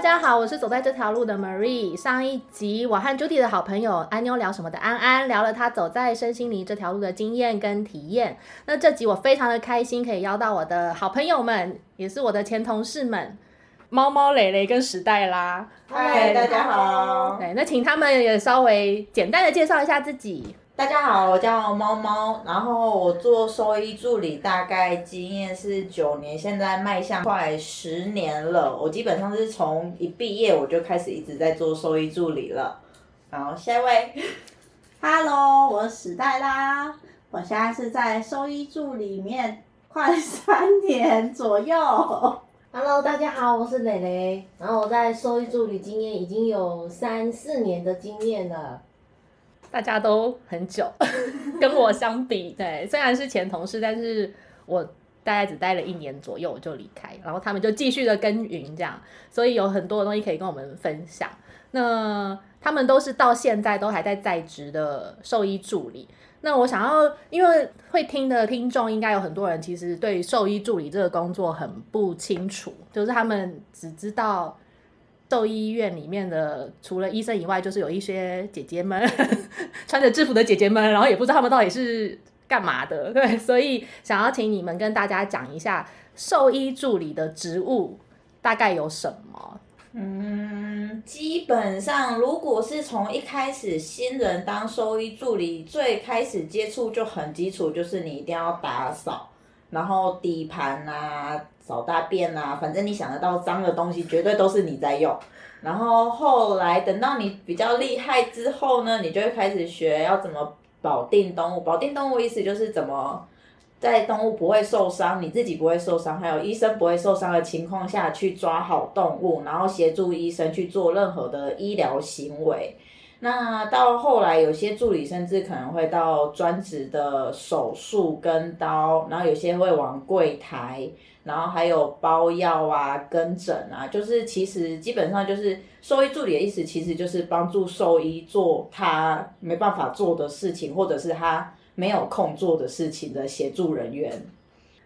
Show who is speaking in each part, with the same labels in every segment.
Speaker 1: 家好，我是走在这条路的 Marie。上一集我和 Judy 的好朋友安妞聊什么的安安聊了她走在身心灵这条路的经验跟体验。那这集我非常的开心，可以邀到我的好朋友们，也是我的前同事们，猫猫、蕾蕾跟时代啦。
Speaker 2: 嗨，大家好，
Speaker 1: 对，那请他们也稍微简单的介绍一下自己。
Speaker 2: 大家好，我叫猫猫，然后我做兽医助理，大概经验是九年，现在迈向快十年了。我基本上是从一毕业我就开始一直在做兽医助理了。然后下一位，
Speaker 3: Hello，我是史黛拉，我现在是在兽医助里面快三年左右。
Speaker 4: Hello，大家好，我是蕾蕾，然后我在兽医助理经验已经有三四年的经验了。
Speaker 1: 大家都很久，跟我相比，对，虽然是前同事，但是我大概只待了一年左右我就离开，然后他们就继续的耕耘这样，所以有很多的东西可以跟我们分享。那他们都是到现在都还在在职的兽医助理。那我想要，因为会听的听众应该有很多人，其实对兽医助理这个工作很不清楚，就是他们只知道兽医院里面的除了医生以外，就是有一些姐姐们穿着制服的姐姐们，然后也不知道他们到底是干嘛的，对，所以想要请你们跟大家讲一下兽医助理的职务大概有什么。
Speaker 2: 嗯，基本上如果是从一开始新人当兽医助理，最开始接触就很基础，就是你一定要打扫，然后底盘啊、扫大便啊，反正你想得到脏的东西，绝对都是你在用。然后后来等到你比较厉害之后呢，你就会开始学要怎么保定动物。保定动物意思就是怎么在动物不会受伤，你自己不会受伤，还有医生不会受伤的情况下去抓好动物，然后协助医生去做任何的医疗行为。那到后来，有些助理甚至可能会到专职的手术跟刀，然后有些会往柜台，然后还有包药啊、跟诊啊，就是其实基本上就是兽医助理的意思，其实就是帮助兽医做他没办法做的事情，或者是他没有空做的事情的协助人员。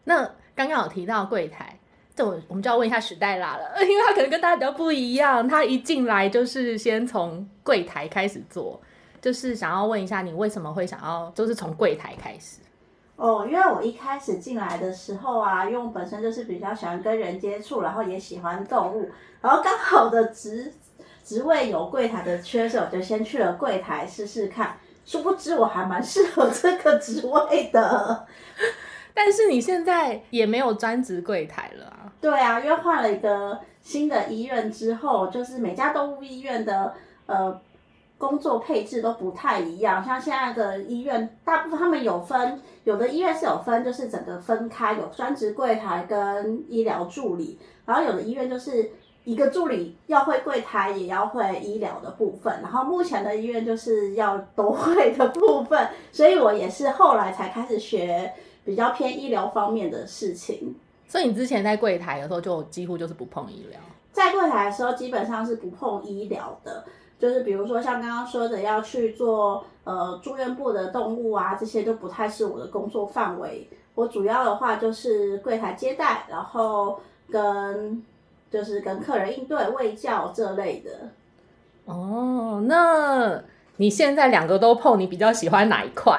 Speaker 1: 那刚刚有提到柜台，这我我们就要问一下史黛拉了， 因为他可能跟大家比较不一样，他一进来就是先从柜台开始做，就是想要问一下你为什么会想要就是从柜台开始？
Speaker 3: 哦，因为我一开始进来的时候啊，因为我本身就是比较喜欢跟人接触，然后也喜欢动物，然后刚好的职职位有柜台的缺，所以我就先去了柜台试试看。殊不知我还蛮适合这个职位的。
Speaker 1: 但是你现在也没有专职柜台了啊，
Speaker 3: 对啊，因为换了一个新的医院之后，就是每家动物医院的呃工作配置都不太一样。像现在的医院，大部分他们有分，有的医院是有分，就是整个分开，有专职柜台跟医疗助理，然后有的医院就是。一个助理要会柜台，也要会医疗的部分。然后目前的医院就是要都会的部分，所以我也是后来才开始学比较偏医疗方面的事情。
Speaker 1: 所以你之前在柜台的时候就几乎就是不碰医疗。
Speaker 3: 在柜台的时候，基本上是不碰医疗的，就是比如说像刚刚说的要去做呃住院部的动物啊，这些都不太是我的工作范围。我主要的话就是柜台接待，然后跟就是跟客人应对、喂教这类的。
Speaker 1: 哦，那你现在两个都碰，你比较喜欢哪一块？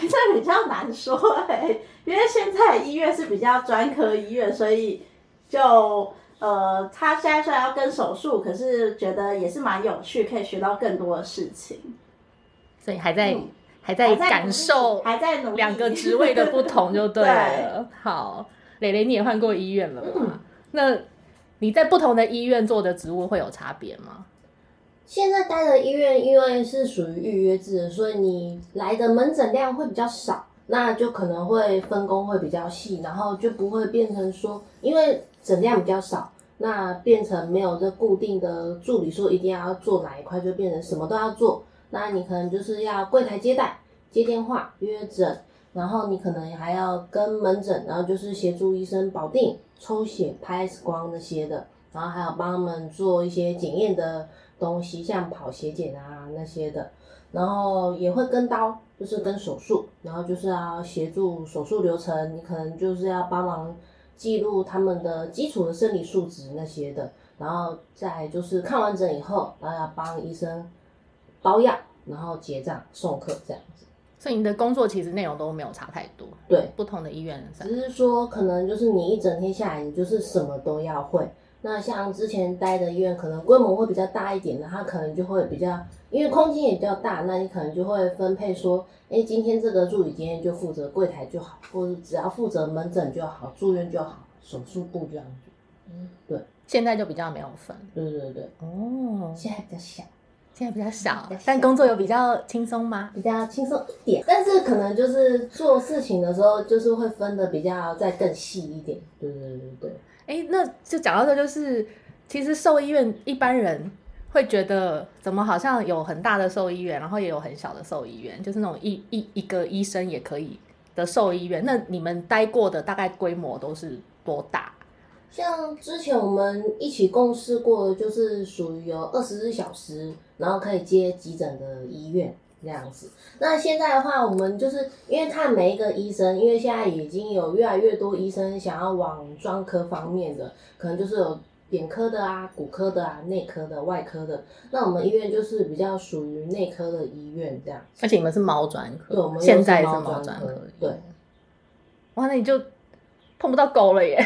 Speaker 3: 这比较难说哎、因为现在医院是比较专科医院，所以就呃，他现在虽然要跟手术，可是觉得也是蛮有趣，可以学到更多的事情。
Speaker 1: 所以还在、
Speaker 3: 嗯
Speaker 1: 还
Speaker 3: 还
Speaker 1: 在
Speaker 3: 在努
Speaker 1: 感
Speaker 3: 力
Speaker 1: 受
Speaker 3: 还在努力
Speaker 1: 两个职位的不同就对了。好，蕾蕾你也换过医院了嘛？那你在不同的医院做的职务会有差别吗？
Speaker 4: 现在待的医院因为是属于预约制的，所以你来的门诊量会比较少，那就可能会分工会比较细，然后就不会变成说，因为诊量比较少，那变成没有这固定的助理说一定要做哪一块，就变成什么都要做。那你可能就是要柜台接待、接电话、约诊，然后你可能还要跟门诊，然后就是协助医生保定、抽血、拍 X 光那些的，然后还有帮他们做一些检验的东西，像跑血检啊那些的，然后也会跟刀，就是跟手术，然后就是要协助手术流程，你可能就是要帮忙记录他们的基础的生理数值那些的，然后再就是看完诊以后，然后要帮医生包药，然后结账送客这样子。
Speaker 1: 所以你的工作其实内容都没有差太多，
Speaker 4: 对，
Speaker 1: 不同的医院上
Speaker 4: 只是说可能就是你一整天下来，你就是什么都要会。那像之前待的医院，可能规模会比较大一点，那它可能就会比较，因为空间也比较大，那你可能就会分配说，哎，今天这个助理今天就负责柜台就好，或者只要负责门诊就好，住院就好，手术部这样子。
Speaker 1: 现在就比较没有分
Speaker 4: 对对对，
Speaker 1: 哦，
Speaker 4: 现在比较小。
Speaker 1: 现在比较小
Speaker 4: 比较小，
Speaker 1: 但工作有比较轻松吗？
Speaker 4: 比较轻松一点，但是可能就是做事情的时候，就是会分的比较再更细一点。对对对对，
Speaker 1: 哎，那就讲到这，就是其实兽医院一般人会觉得，怎么好像有很大的兽医院，然后也有很小的兽医院，就是那种一一一个医生也可以的兽医院。那你们待过的大概规模都是多大？
Speaker 4: 像之前我们一起共事过的，就是属于有二十四小时，然后可以接急诊的医院这样子。那现在的话，我们就是因为看每一个医生，因为现在已经有越来越多医生想要往专科方面的，可能就是有眼科的啊、骨科的啊、内科的、外科的。那我们医院就是比较属于内科的医院这样。
Speaker 1: 而且你们是猫专
Speaker 4: 对，我
Speaker 1: 科，
Speaker 4: 们
Speaker 1: 现在
Speaker 4: 又
Speaker 1: 是
Speaker 4: 是
Speaker 1: 猫
Speaker 4: 猫
Speaker 1: 专
Speaker 4: 专
Speaker 1: 科
Speaker 4: 科，对，
Speaker 1: 哇，那你就碰不到狗了耶。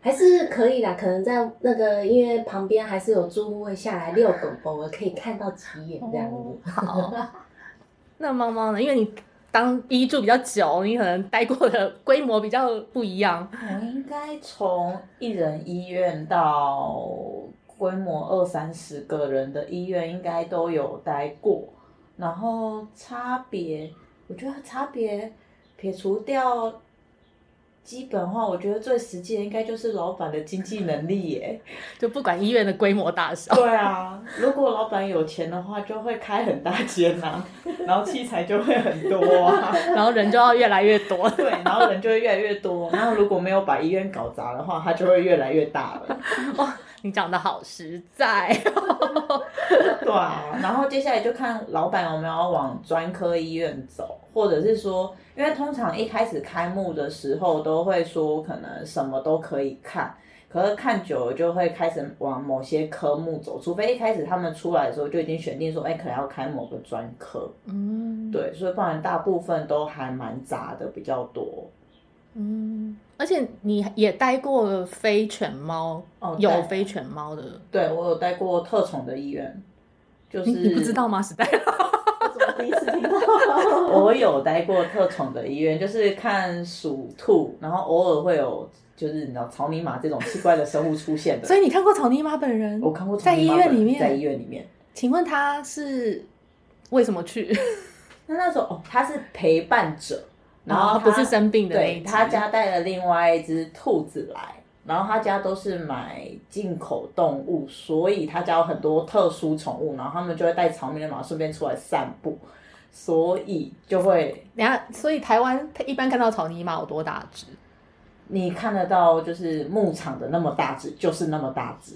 Speaker 4: 还是可以啦，可能在那个因为旁边还是有住户会下来遛狗狗，我可以看到几眼这样子。
Speaker 1: 好，那猫猫呢？因为你当医助比较久，你可能待过的规模比较不一样。
Speaker 2: 我应该从一人医院到规模二三十个人的医院，应该都有待过。然后差别，我觉得差别撇除掉基本话，我觉得最实际的应该就是老板的经济能力耶。
Speaker 1: 就不管医院的规模大小，
Speaker 2: 对啊， 如果老板有钱的话，就会开很大间呐、然后器材就会很多啊。
Speaker 1: 然后人就要越来越多。
Speaker 2: 对，然后人就会越来越多。然后如果没有把医院搞砸的话，它就会越来越大了。
Speaker 1: 你讲的好实在，
Speaker 2: 对啊，然后接下来就看老板有没有往专科医院走，或者是说，因为通常一开始开幕的时候都会说可能什么都可以看，可是看久了就会开始往某些科目走，除非一开始他们出来的时候就已经选定说，哎，可能要开某个专科，
Speaker 1: 嗯，，
Speaker 2: 对，所以不然大部分都还蛮杂的比较多。
Speaker 1: 嗯，而且你也待过非犬猫，
Speaker 2: 哦
Speaker 1: 有
Speaker 2: 对
Speaker 1: 非犬猫的，
Speaker 2: 对我有待过特宠的医院，就是
Speaker 1: 你你不知道吗？时代，
Speaker 3: 我怎么第一次听到？
Speaker 2: 我有待过特宠的医院，就是看鼠兔，然后偶尔会有就是你知道草泥马这种奇怪的生物出现的。
Speaker 1: 所以你看过草泥马本人？
Speaker 2: 我看过草
Speaker 1: 在
Speaker 2: 泥
Speaker 1: 医
Speaker 2: 马
Speaker 1: 院
Speaker 2: 本
Speaker 1: 里
Speaker 2: 人
Speaker 1: 面，
Speaker 2: 在医院里面。
Speaker 1: 请问他是为什么去？
Speaker 2: 那那时候哦，他是陪伴者，然
Speaker 1: 哦
Speaker 2: 后
Speaker 1: 他不
Speaker 2: 他
Speaker 1: 是生病的那一
Speaker 2: 对
Speaker 1: 集
Speaker 2: 他家带了另外一只兔子来，然后他家都是买进口动物，所以他家有很多特殊宠物，然后他们就会带草泥马顺便出来散步，所以就会
Speaker 1: 等一下，所以台湾一般看到草泥马有多大只？
Speaker 2: 你看得到，就是牧场的那么大只，就是那么大只，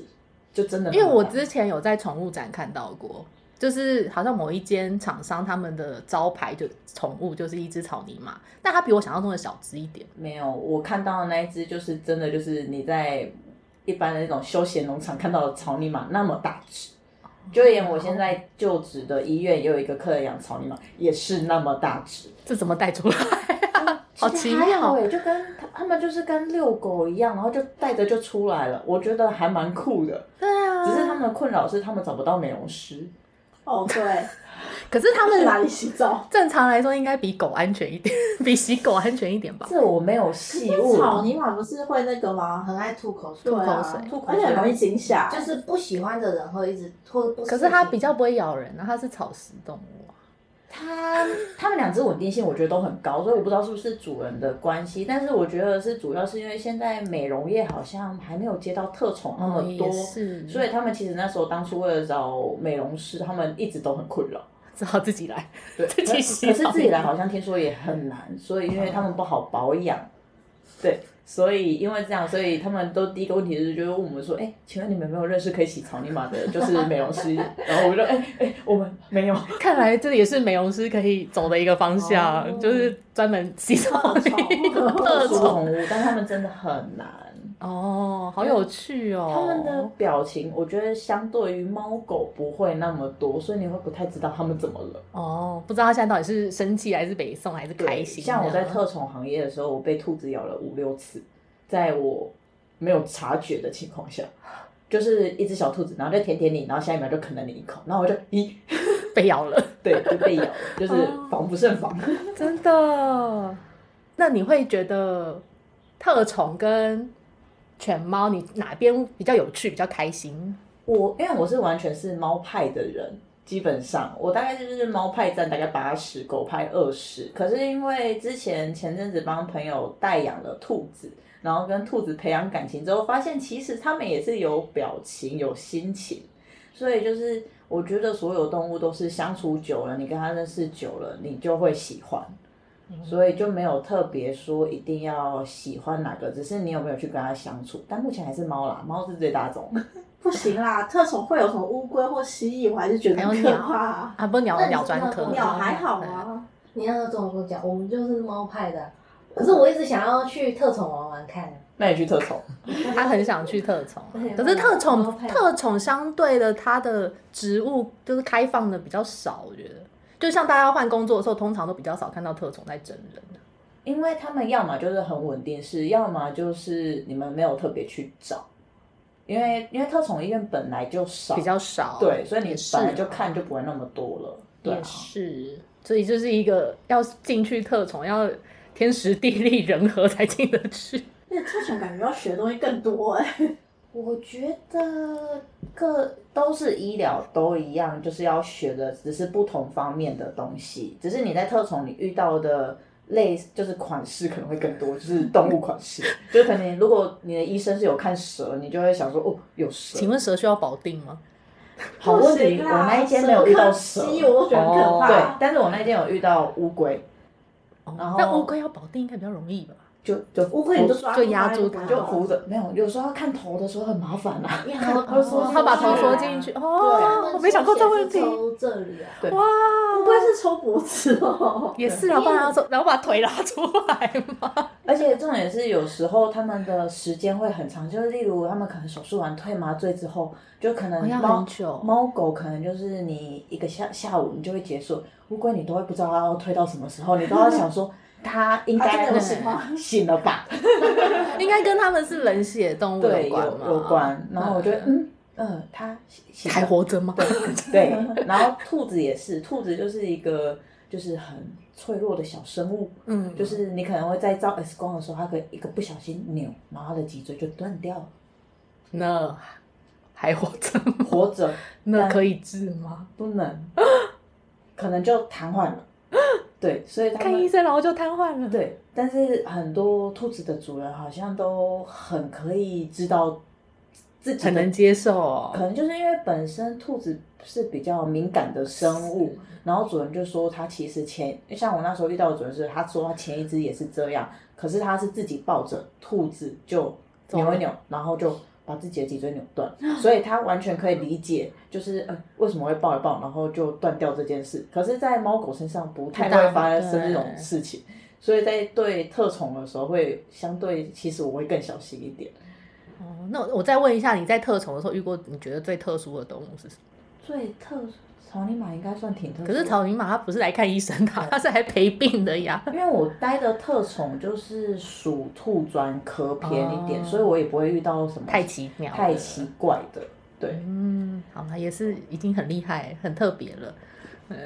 Speaker 2: 就真的 那
Speaker 1: 因为
Speaker 2: 么大。
Speaker 1: 我之前有在宠物展看到过，就是好像某一间厂商他们的招牌就宠物就是一只草泥马，但它比我想象中的小只一点。
Speaker 2: 没有，我看到的那一只就是真的，就是你在一般的那种休闲农场看到的草泥马那么大只。就连我现在就职的医院也有一个客人养草泥马，也是那么大只，
Speaker 1: 这怎么带出来？好
Speaker 2: 其
Speaker 1: 奇
Speaker 2: 实还好
Speaker 1: 妙！
Speaker 2: 哎，就跟他他们就是跟遛狗一样，然后就带着就出来了，我觉得还蛮酷的。
Speaker 1: 对啊，
Speaker 2: 只是他们的困扰是他们找不到美容师，
Speaker 3: 哦，对，
Speaker 1: 可是他
Speaker 3: 去哪
Speaker 1: 们
Speaker 3: 里洗澡？
Speaker 1: 正常来说应该比狗安全一点， 比洗狗安全一点吧？
Speaker 2: 这我没有细问。
Speaker 3: 草泥马不是会那个吗？
Speaker 4: 很爱吐口水，
Speaker 3: 对啊
Speaker 1: 口水
Speaker 2: 吐口
Speaker 3: 而
Speaker 2: 水
Speaker 3: 且很容易惊吓。
Speaker 4: 就是不喜欢的人会一直吐。不
Speaker 1: 可是它比较不会咬人啊，它是草食动物啊。
Speaker 2: 它它们两只稳定性我觉得都很高，所以我不知道是不是主人的关系，但是我觉得是主要是因为现在美容业好像还没有接到特宠那么多，
Speaker 1: 哦也是，
Speaker 2: 所以他们其实那时候当初为了找美容师，他们一直都 很困扰。
Speaker 1: 只好自己来。
Speaker 2: 对，
Speaker 1: 自己
Speaker 2: 可
Speaker 1: 洗
Speaker 2: 可是
Speaker 1: 澡
Speaker 2: 自己来好像听说也很难，所以因为他们不好保养，对，所以因为这样，所以他们都第一个问题就是就是问我们说，哎、请问你们有没有认识可以洗草泥马的，就是美 容师？然后我们就哎哎、我们没有。
Speaker 1: 看来这也是美容师可以走的一个方向，
Speaker 2: 哦
Speaker 1: 就是专门洗澡
Speaker 3: 特宠
Speaker 1: 的
Speaker 2: 特
Speaker 1: 特
Speaker 2: 殊
Speaker 1: 宠。
Speaker 2: 宠物，但他们真的很难。
Speaker 1: 哦，好有趣哦。
Speaker 2: 他们的表情，我觉得相对于猫狗不会那么多，所以你会不太知道他们怎么了。
Speaker 1: 哦，不知道他现在到底是生气还是北宋啊还是开心。
Speaker 2: 像我在特宠行业的时候，我被兔子咬了五六次，在我没有察觉的情 况下，就是一只小兔子，然后就舔舔你，然后下一秒就啃了你一口，然后我就咦，
Speaker 1: 被咬 了，
Speaker 2: 对，就被咬了，就是
Speaker 1: 哦
Speaker 2: 防不胜防。
Speaker 1: 真的。那你会觉得特宠跟犬猫，你哪边比较有趣，比较开心？
Speaker 2: 我因为我是完全是猫派的人，基本上我大概就是猫派占大概八十，狗派二十。可是因为之前前阵子帮朋友代养了兔子，然后跟兔子培养感情之后，发现其实它们也是有表情、有心情，所以就是我觉得所有动物都是相处久了，你跟它认识久了，你就会喜欢。所以就没有特别说一定要喜欢哪个，只是你有没有去跟它相处。但目前还是猫啦，猫是最大众。
Speaker 3: 不行啦，特宠会有什么乌龟或蜥蜴，我还是觉得
Speaker 1: 还有
Speaker 3: 很
Speaker 1: 鸟
Speaker 3: 可怕、啊。
Speaker 1: 啊，不是鸟
Speaker 4: 那你
Speaker 1: 鸟专科，
Speaker 4: 是
Speaker 3: 鸟还好啊，
Speaker 4: 你那时候跟我讲，我们就是猫派的，可是我一直想要去特宠玩玩看。
Speaker 2: 那你去特宠。
Speaker 1: 他很想去特宠啊
Speaker 4: 对，
Speaker 1: 可是特
Speaker 4: 猫
Speaker 1: 宠
Speaker 4: 派
Speaker 1: 特宠相对的，它的职务就是开放的比较少，我觉得。就像大家换工作的时候，通常都比较少看到特宠在整人。
Speaker 2: 因为他们要么就是很稳定是要么就是你们没有特别去找，因为因为特宠医院本来就少，
Speaker 1: 比较少，
Speaker 2: 对，所以你
Speaker 1: 也是啊
Speaker 2: 本来就看就不会那么多了，对、啊
Speaker 1: 也，是，所以就是一个要进去特宠，要天时地利人和才进得去。
Speaker 3: 那特宠感觉要学的东西更多哎、
Speaker 2: 我觉得各都是医疗都一样，就是要学的只是不同方面的东西，只是你在特宠你遇到的。类就是款式可能会更多，就是动物 款式，就是可能如果你的医生是有看蛇，你就会想说哦有 蛇，
Speaker 1: 请问蛇需要保定吗？
Speaker 2: 好问题，我那一间没有遇到蛇，
Speaker 3: 蜥蜴我都觉得很可
Speaker 1: 哦
Speaker 3: 怕。
Speaker 2: 对，但是我那间有遇到乌龟，
Speaker 1: 哦
Speaker 2: 然后
Speaker 1: 那乌龟要保定应该比较容易吧？
Speaker 2: 就就
Speaker 3: 乌龟你就
Speaker 2: 扶
Speaker 3: 抓
Speaker 1: 就
Speaker 3: 住它
Speaker 1: 压住
Speaker 3: 不
Speaker 1: 它
Speaker 3: 好
Speaker 2: 就扶着，没有，有时候要看头的时候很麻烦啊啦、
Speaker 4: 你好，
Speaker 2: 他说
Speaker 1: 他把头缩
Speaker 4: 啊
Speaker 1: 进去，哦，我没想过这问题，
Speaker 4: 抽这里啊，
Speaker 2: 对
Speaker 1: 哇，
Speaker 3: 乌龟是抽脖子哦。
Speaker 1: 也是啊，不然要说，然后把腿拉出来嘛。
Speaker 2: 而且重点是有时候他们的时间会很长，就是例如他们可能手术完退麻醉之后，就可
Speaker 1: 哦
Speaker 2: 能
Speaker 1: 要很
Speaker 2: 猫
Speaker 1: 久
Speaker 2: 猫狗可能就是你一个下下午你就会结束，乌龟你都会不知道它要推到什么时候，你都要想 说它应
Speaker 3: 它真
Speaker 2: 该
Speaker 3: 的有醒吗
Speaker 2: 醒了 吧？
Speaker 1: 应该跟他们是冷血动物
Speaker 2: 对，有
Speaker 1: 关嘛？
Speaker 2: 有关。然后我觉得
Speaker 1: 嗯
Speaker 2: 嗯嗯，它醒醒了
Speaker 1: 还活着吗？
Speaker 2: 对，然后兔子也是，兔子就是一个就是很脆弱的小生物，
Speaker 1: 嗯，
Speaker 2: 就是你可能会在照 X 光的时候，它可以一个不小心扭，然后它的脊椎就断掉了，
Speaker 1: 那还活着吗？
Speaker 2: 活着
Speaker 1: 那可以治吗？
Speaker 2: 不能， 可能就瘫 痪了。对，所以他
Speaker 1: 看医
Speaker 2: 们
Speaker 1: 生，然后就瘫痪了。，
Speaker 2: 对，但是很多兔子的主人好像都很可以知道自己
Speaker 1: 很
Speaker 2: 的
Speaker 1: 能接受哦
Speaker 2: 可。能就是因为本身兔子是比较敏感的生物，然后主人就说它其实前像我那时候遇到的主人是，他说他前一只也是这样，可是他是自己抱着兔子就扭一扭，然后就把自己的脊椎扭断， 所以他完全可以理解，就是呃为什么会抱一抱然后就断掉这件事。可是，在猫狗身上不太会发生这种事情，所以在对特宠的时候会相对，其实我会更小心一点。
Speaker 1: 哦，那我再问一下，你在特宠的时候遇过你觉得最特殊的动物是
Speaker 2: 嗯
Speaker 1: 什么？
Speaker 2: 最特草泥马应该算挺特殊
Speaker 1: 可
Speaker 2: 的，
Speaker 1: 是草泥马它不是来看医生
Speaker 2: 嗯
Speaker 1: 的啊，它是来陪病的呀。
Speaker 2: 因为我待的特宠就是属兔专科偏一点，
Speaker 1: 哦
Speaker 2: 所以我也不会遇到什么
Speaker 1: 太奇妙了，
Speaker 2: 太奇怪的。对，
Speaker 1: 嗯，好啦，也是已经很厉害、很特别了。嗯，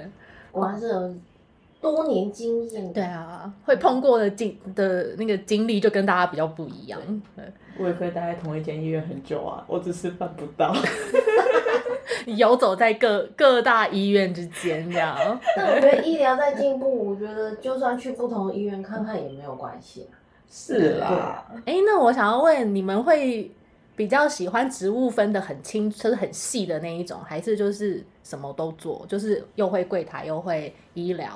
Speaker 4: 果然是有多年经验。
Speaker 1: 对，啊，会碰过的经的那个经历就跟大家比较不一样。对
Speaker 2: 我也可以待在同一间医院很久啊，我只是办不到。
Speaker 1: 游走在各各大医院之间这样。
Speaker 4: 但我觉得医疗在进步，我觉得就算去不同的医院看看也没有关系啊。
Speaker 2: 是啦，
Speaker 1: 哎，那我想要问，你们会比较喜欢植物分的很清，就是很细的那一种，还是就是什么都做，就是又会柜台又会医疗？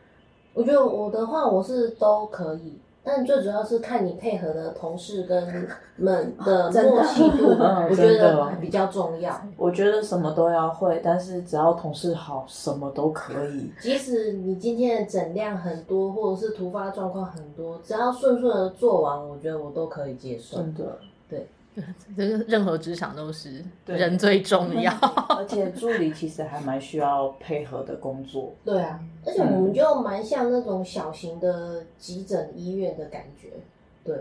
Speaker 4: 我觉得我的话，我是都可以，但最主要是看你配合的同事跟们的
Speaker 3: 真的
Speaker 4: 默契度，
Speaker 2: 嗯
Speaker 4: 我觉
Speaker 2: 真的
Speaker 4: 得比较重要。
Speaker 2: 我觉得什么都要会，但是只要同事好，什么都可以。
Speaker 4: 即使你今天的诊量很多，或者是突发状况很多，只要顺顺的做完，我觉得我都可以接受。
Speaker 2: 真的，
Speaker 1: 就是任何职场都是
Speaker 2: 对
Speaker 1: 人最重要。
Speaker 2: 而且助理其实还蛮需要配合的工作。
Speaker 4: 对啊，而且我们就蛮像那种小型的急诊医院的感觉，对，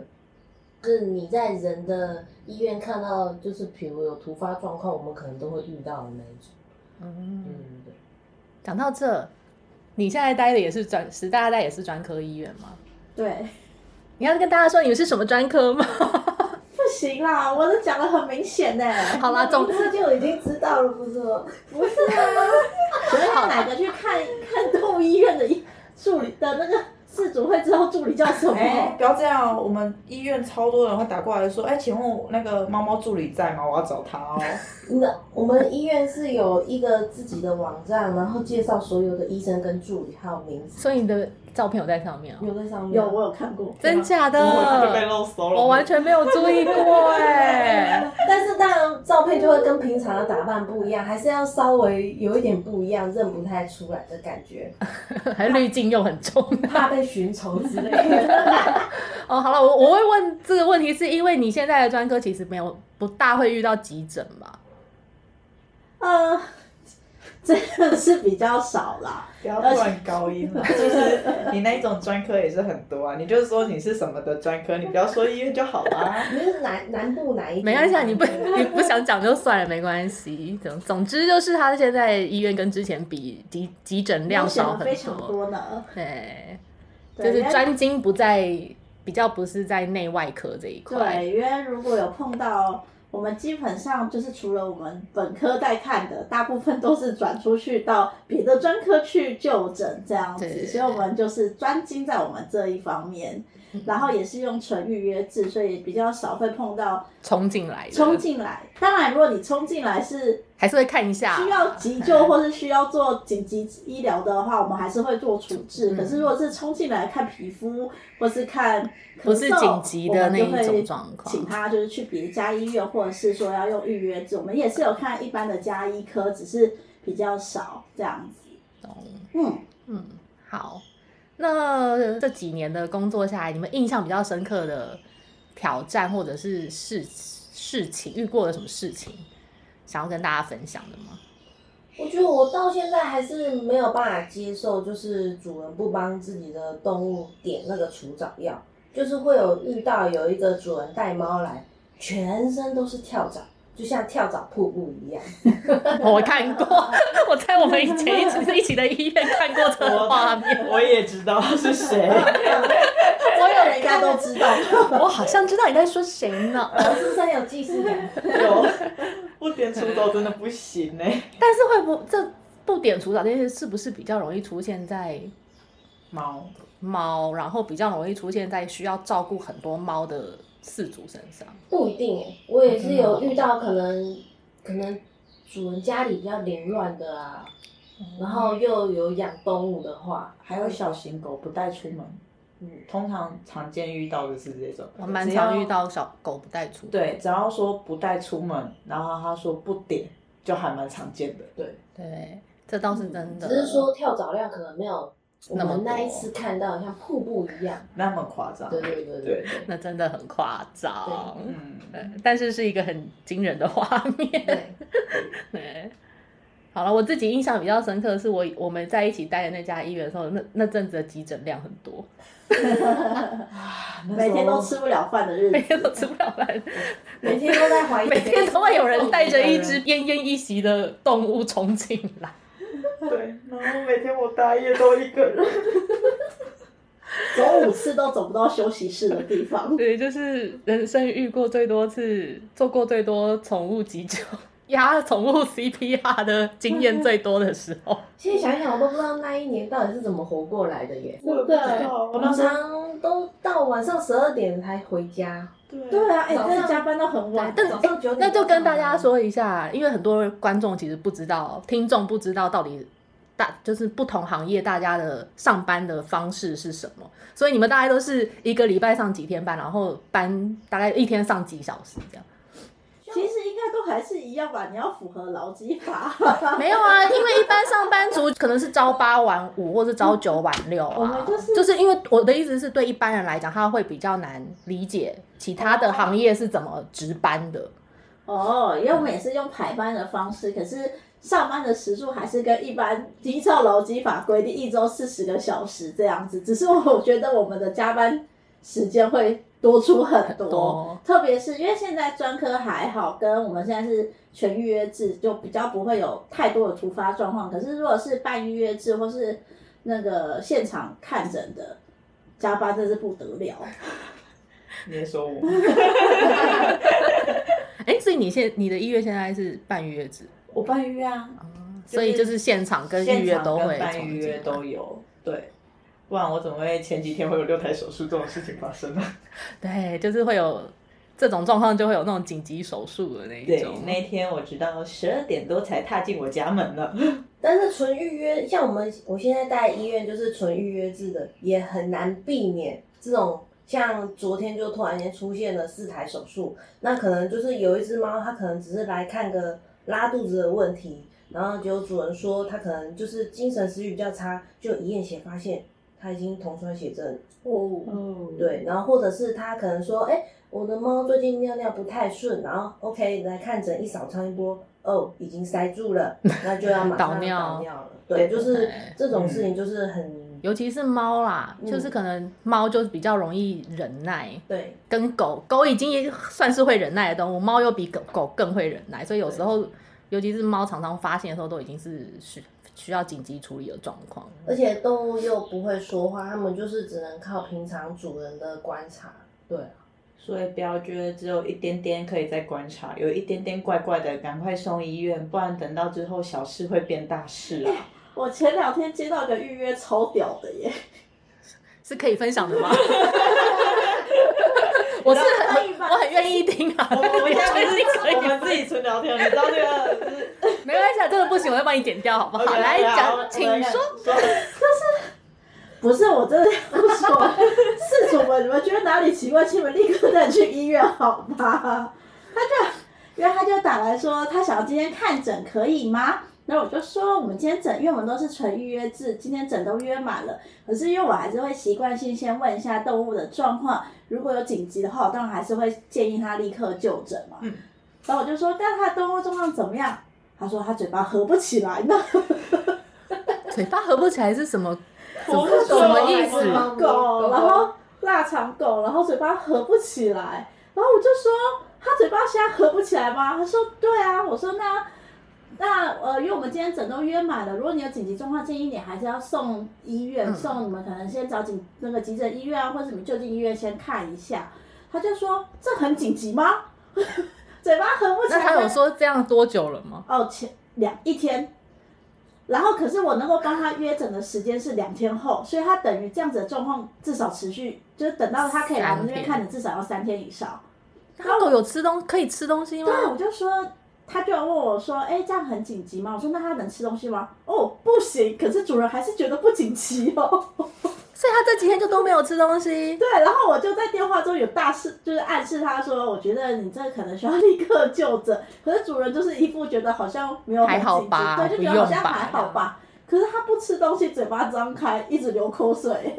Speaker 4: 就是你在人的医院看到，就是比如有突发状况，我们可能都会遇到的那一种。
Speaker 1: 嗯，
Speaker 4: 嗯，对。
Speaker 1: 讲到这，你现在待的也是专师大待也是专科医院吗？
Speaker 3: 对，
Speaker 1: 你要跟大家说你是什么专科吗？
Speaker 3: 不行啦，我都讲的很明显欸呢、
Speaker 1: 好啦，总
Speaker 4: 他就已经知道了，不是吗？
Speaker 3: 不是啊，请问要哪个去看 看动物医院的医助理的那个事主会知道助理叫什么？
Speaker 2: 哎、不要这样哦！我们医院超多人会打过来说：“哎、请问我那个猫猫助理在吗？我要找他哦。
Speaker 4: 那我们医院是有一个自己的网站，然后介绍所有的医生跟助理还有名字，
Speaker 1: 所以你的照片有在上面、哦，
Speaker 4: 有在上面。啊
Speaker 3: 有，我有看过，
Speaker 1: 真假的？
Speaker 2: 我就被漏搜了。
Speaker 1: 我完全没有注意过哎、
Speaker 4: 但是当然照片就会跟平常的打扮不一样，还是要稍微有一点不一样，认不太出来的感觉，
Speaker 1: 还滤镜又很重。
Speaker 4: 怕被寻仇之类 的。
Speaker 1: 哦，好了，我我会问这个问题，是因为你现在的专科其实没有不大会遇到急诊吧？
Speaker 3: 呃， 真的是比较少啦。
Speaker 2: 不要乱高音啊了， 就是你那一种专科也是很多啊。你就是说你是什么的专科，你不要说医院就好啦。
Speaker 4: 你是南南部哪一？
Speaker 1: 没关系啊，你不 你不想讲就算了，没关系。总总之就是他现在医院跟之前比急急诊量少
Speaker 3: 我
Speaker 1: 很
Speaker 3: 写得非常
Speaker 1: 多，
Speaker 3: 多呢，
Speaker 1: 对，就
Speaker 3: 对
Speaker 1: 是
Speaker 3: 因为
Speaker 1: 专精不在比较不是在内外科这一块。
Speaker 3: 对，因为如果有碰到，我们基本上就是除了我们本科在看的，大部分都是转出去到别的专科去就诊这样
Speaker 1: 对
Speaker 3: 子，所以我们就是专精在我们这一方面
Speaker 1: 嗯，
Speaker 3: 然后也是用纯预约制，所以比较少会碰到
Speaker 1: 冲进来的，
Speaker 3: 冲进来。当然，如果你冲进来是
Speaker 1: 还是会看一下，
Speaker 3: 需要急 救或是需要做紧急医疗的话，我们还是会做处置。
Speaker 1: 嗯
Speaker 3: 可是如果是冲进来看皮肤或是看咳嗽
Speaker 1: 不是紧急的那一
Speaker 3: 我们就
Speaker 1: 种
Speaker 3: 会
Speaker 1: 状况
Speaker 3: 请他就是去别家医院，或者是说要用预约制。我们也是有看一般的家医科，只是比较少这样子。
Speaker 1: 懂
Speaker 3: 嗯，
Speaker 1: 嗯，好。那这几年的工作下来，你们印象比较深刻的挑战或者是事事情，遇过的什么事情，想要跟大家分享的 吗？
Speaker 4: 我觉得我到现在还是没有办法接受，就是主人不帮自己的动物点那个除蚤药，就是会有遇到有一个主人带猫来，全身都是跳蚤，就像跳蚤瀑布一 样。
Speaker 1: 我看过， 我在我们以前一起一起的医院看过这个画面，
Speaker 2: 我也知道是谁，
Speaker 3: 所有人应该都知道。
Speaker 1: 我好像知道你在说谁呢，
Speaker 4: 我是真有既视感。
Speaker 2: 有不点出走真的不行欸呢、
Speaker 1: 但是会不这不点除蚤这件事是不是比较容易出现在
Speaker 2: 猫，
Speaker 1: 猫，然后比较容易出现在需要照顾很多猫的饲主身上？
Speaker 4: 不一定诶，我也是
Speaker 1: 哦
Speaker 4: 有遇到可能可能主人家里比较凌乱的啊，
Speaker 1: 哦
Speaker 4: 然后又有养动物的话，
Speaker 2: 还有小型狗不带出门，
Speaker 4: 嗯
Speaker 2: 通常常见遇到的是这种。
Speaker 1: 我哦蛮常遇
Speaker 2: 只要。
Speaker 1: 到小狗不带出，
Speaker 2: 对，只要说不带出门，然后他说不点，就还蛮常见的。对，
Speaker 1: 对，这倒是真的。
Speaker 4: 嗯只是说跳蚤量可能没有我
Speaker 1: 那么
Speaker 4: 们那一
Speaker 1: 多
Speaker 4: 次看到像瀑布一样。
Speaker 2: 那么夸张。
Speaker 4: 对对对对，
Speaker 1: 那真的很夸张，
Speaker 2: 嗯，
Speaker 1: 对，但是是一个很惊人的画面。
Speaker 4: 对，
Speaker 1: 对，好了，我自己印象比较深刻的是我我们在一起待的那家医院的时候，那那阵子的急诊量很 多，
Speaker 2: 那时候
Speaker 3: 每天都吃不了饭的日
Speaker 1: 每
Speaker 3: 子，
Speaker 1: 天都吃不了饭，
Speaker 4: 每天都在怀疑，
Speaker 1: 每天都会有人带着一只奄奄一息的动物冲进来。
Speaker 2: 对，然后每天我大夜都一个人。
Speaker 3: 走五次都走不到休息室的地方。
Speaker 1: 对，就是人生遇过最多次、做过最多宠物急救、压宠物 CPR 的经验最多的时候。
Speaker 4: 现在想一想，我都不知道那一年到底是怎么活过来的耶。
Speaker 2: 我也不知道，啊我
Speaker 4: 我
Speaker 2: 那
Speaker 4: 们
Speaker 2: 时候
Speaker 4: 常都到晚上十二点才回家，
Speaker 3: 对啊，哎、
Speaker 4: 早上
Speaker 3: 真的加班到很晚。
Speaker 4: 早上九点。
Speaker 1: 那就跟大家，说一下，因为很多观众其实不知道，听众不知道到底大就是不同行业大家的上班的方式是什么，所以你们大概都是一 个礼拜上几天班，然后班大概一天上几小时这样。
Speaker 3: 其实应该该都还是一样吧？你要符合劳基法。
Speaker 1: 没有啊，因为一般上班族可能是朝八晚五，或是朝九晚六
Speaker 3: 我
Speaker 1: 啊
Speaker 3: 们。就是
Speaker 1: 就是因为我的意思是对一般人来讲，他会比较难理解其他的行业是怎么值班的。
Speaker 3: 哦，因为我们也是用排班的方式，可是上班的时数还是跟一般依照劳基法规定一周四十个小时这样子，只是我觉得我们的加班时间会多出很多，
Speaker 1: 多
Speaker 3: 特别是因为现在专科还好，跟我们现在是全预约制，就比较不会有太多的突发状况。可是如果是半预约制或是那个现场看诊的。加班真是不得了，
Speaker 2: 你也说我，
Speaker 1: 哎、所以你现你的医院现在是半预约制，
Speaker 2: 我办预约啊，
Speaker 1: 哦所以就是现场跟预约都会
Speaker 2: 现场跟办
Speaker 1: 重
Speaker 2: 预约
Speaker 1: 叠。
Speaker 2: 都有，对。不然我怎么会前几天会有六台手术这种事情发生呢？
Speaker 1: 对，就是会有这种状况，就会有那种紧急手术的那一
Speaker 2: 对
Speaker 1: 种，。
Speaker 2: 那天我直到十二点多才踏进我家门呢。
Speaker 4: 但是纯预约，像我们我现在在医院就是纯预约制的，也很难避免这种。像昨天就突然间出现了四台手术，那可能就是有一只猫，它可能只是来看个拉肚子的问题，然后结果主人说它可能就是精神食欲比较差，就一验血发现它已经酮酸血症
Speaker 1: 哦，
Speaker 2: 嗯
Speaker 3: 哦，
Speaker 4: 对，然后或者是他可能说，哎、我的猫最近尿尿不太顺，然后 OK 来看诊，一扫超音波，哦，已经塞 住了，那就要马上
Speaker 1: 导
Speaker 4: 要
Speaker 1: 尿
Speaker 4: 导尿了。对，就是
Speaker 1: 对嗯
Speaker 4: 这种事情就是很、
Speaker 1: 尤其是猫啦，
Speaker 4: 嗯
Speaker 1: 就是可能猫就是比较容易忍耐，
Speaker 4: 对，
Speaker 1: 跟狗狗已经也算是会忍耐的动物，猫又比狗狗更会忍耐，所以有时候尤其是猫常常发现的时候，都已经是需需要紧急处理的状况。
Speaker 2: 呃
Speaker 4: 而且动物又不会说话，它们就是只能靠平常主人的观察。对，啊
Speaker 2: 所以不要觉得只有一点点可以再观察，有一点点怪怪的，赶快送医院，不然等到之后小事会变大事啊！
Speaker 3: 我前两天接到一个预约超屌的耶，
Speaker 1: 是可以分享 的吗？我是
Speaker 3: 可
Speaker 1: 很
Speaker 3: 以吧
Speaker 1: 我很愿意听啊，
Speaker 2: 我 们我们现在
Speaker 1: 确
Speaker 2: 不
Speaker 1: 定可
Speaker 2: 是我
Speaker 1: 以
Speaker 2: 们自己纯聊天，你知道那个就是
Speaker 1: 没关系，啊，真的不行，我会帮你剪掉， 好不好？
Speaker 2: OK，
Speaker 1: 来
Speaker 2: 好
Speaker 1: 讲，
Speaker 2: 啊我
Speaker 1: 请
Speaker 2: 来
Speaker 1: 说。
Speaker 3: 不是，我真的不说，是主们，你们觉得哪里奇怪，请你们立刻带你去医院好吗？他就，因为他就打来说，他想要今天看诊可以吗？然后我就说，我们今天诊，因为我们都是纯预约制，今天诊都约满了。可是因为我还是会习惯性先问一下动物的状况，如果有紧急的话，我当然还是会建议他立刻就诊嘛。
Speaker 2: 嗯
Speaker 3: 然后我就说，但他的动物状况怎么样？他说他嘴巴合不起来呢。
Speaker 1: 嘴巴合不起来是什么？怎
Speaker 2: 我
Speaker 1: 么
Speaker 2: 不懂
Speaker 1: 什么意
Speaker 4: 我不
Speaker 1: 思
Speaker 4: 懂？
Speaker 3: 狗，然后腊肠狗，然后嘴巴合不起来，然后我就说它嘴巴现在合不起来吗？他说对啊，我说那那呃，因为我们今天整都约满了，如果你有紧急状况，建议你还是要送医院，
Speaker 1: 嗯
Speaker 3: 送你们可能先找紧那个急诊医院啊，或者你们就近医院先看一下。他就说这很紧急吗？ 嘴巴合不起
Speaker 1: 那
Speaker 3: 来吗。
Speaker 1: 他有说这样多久了吗？
Speaker 3: 哦，前两一天，然后可是我能够帮他约诊的时间是两天后，所以他等于这样子的状况至少持续，就是等到他可以来我们这边看你，至少要三天以上。
Speaker 1: 那狗有吃东可以吃东西吗？
Speaker 3: 对，啊我就说，他就问我说，哎，这样很紧急吗？我说那他能吃东西吗？哦，不行，可是主人还是觉得不紧急哦。
Speaker 1: 所以它这几天就都没有吃东西。
Speaker 3: 对，然后我就在电话中有大事，就是暗示他说，我觉得你这可能需要立刻就诊。可是主人就是一副觉得好像没有很
Speaker 1: 还好
Speaker 3: 紧急
Speaker 1: 吧
Speaker 3: 对，就觉
Speaker 1: 不
Speaker 3: 得
Speaker 1: 用
Speaker 3: 好像
Speaker 1: 吧
Speaker 3: 还好吧。可是他不吃东西，嘴巴张开，一直流口水。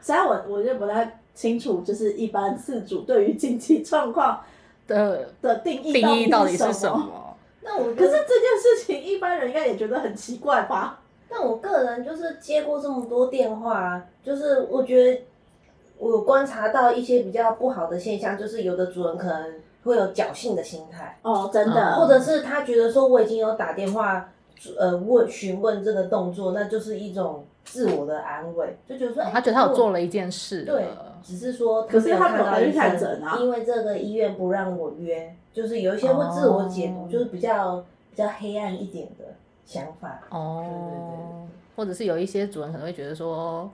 Speaker 3: 虽然我我就不太清楚，就是一般饲主对于紧急状况
Speaker 1: 的
Speaker 3: 的呃定义
Speaker 1: 定义到底是什
Speaker 3: 什么。
Speaker 1: 么？
Speaker 4: 那我
Speaker 3: 可
Speaker 4: 就是
Speaker 3: 这件事情，一般人应该也觉得很奇怪吧？
Speaker 4: 但我个人就是接过这么多电话啊，就是我觉得我观察到一些比较不好的现象，就是有的主人可能会有侥幸的心态，
Speaker 3: 哦，真的，
Speaker 1: 嗯
Speaker 4: 或者是他觉得说我已经有打电话呃问询问这个动作，那就是一种自我的安慰，就觉得说、哎
Speaker 1: 他觉得他有做
Speaker 4: 我
Speaker 1: 了一件事
Speaker 4: 对
Speaker 1: 了，
Speaker 4: 只是说
Speaker 3: 可是
Speaker 4: 没有
Speaker 3: 他
Speaker 4: 看
Speaker 3: 本
Speaker 4: 到
Speaker 3: 来就
Speaker 4: 医
Speaker 3: 看诊啊
Speaker 4: 生，因为这个医院不让我约，就是有一些会自我解
Speaker 1: 哦
Speaker 4: 读，就是比较比较黑暗一点的想法。
Speaker 1: 哦
Speaker 4: 对对对对，
Speaker 1: 或者是有一些主人可能会觉得说，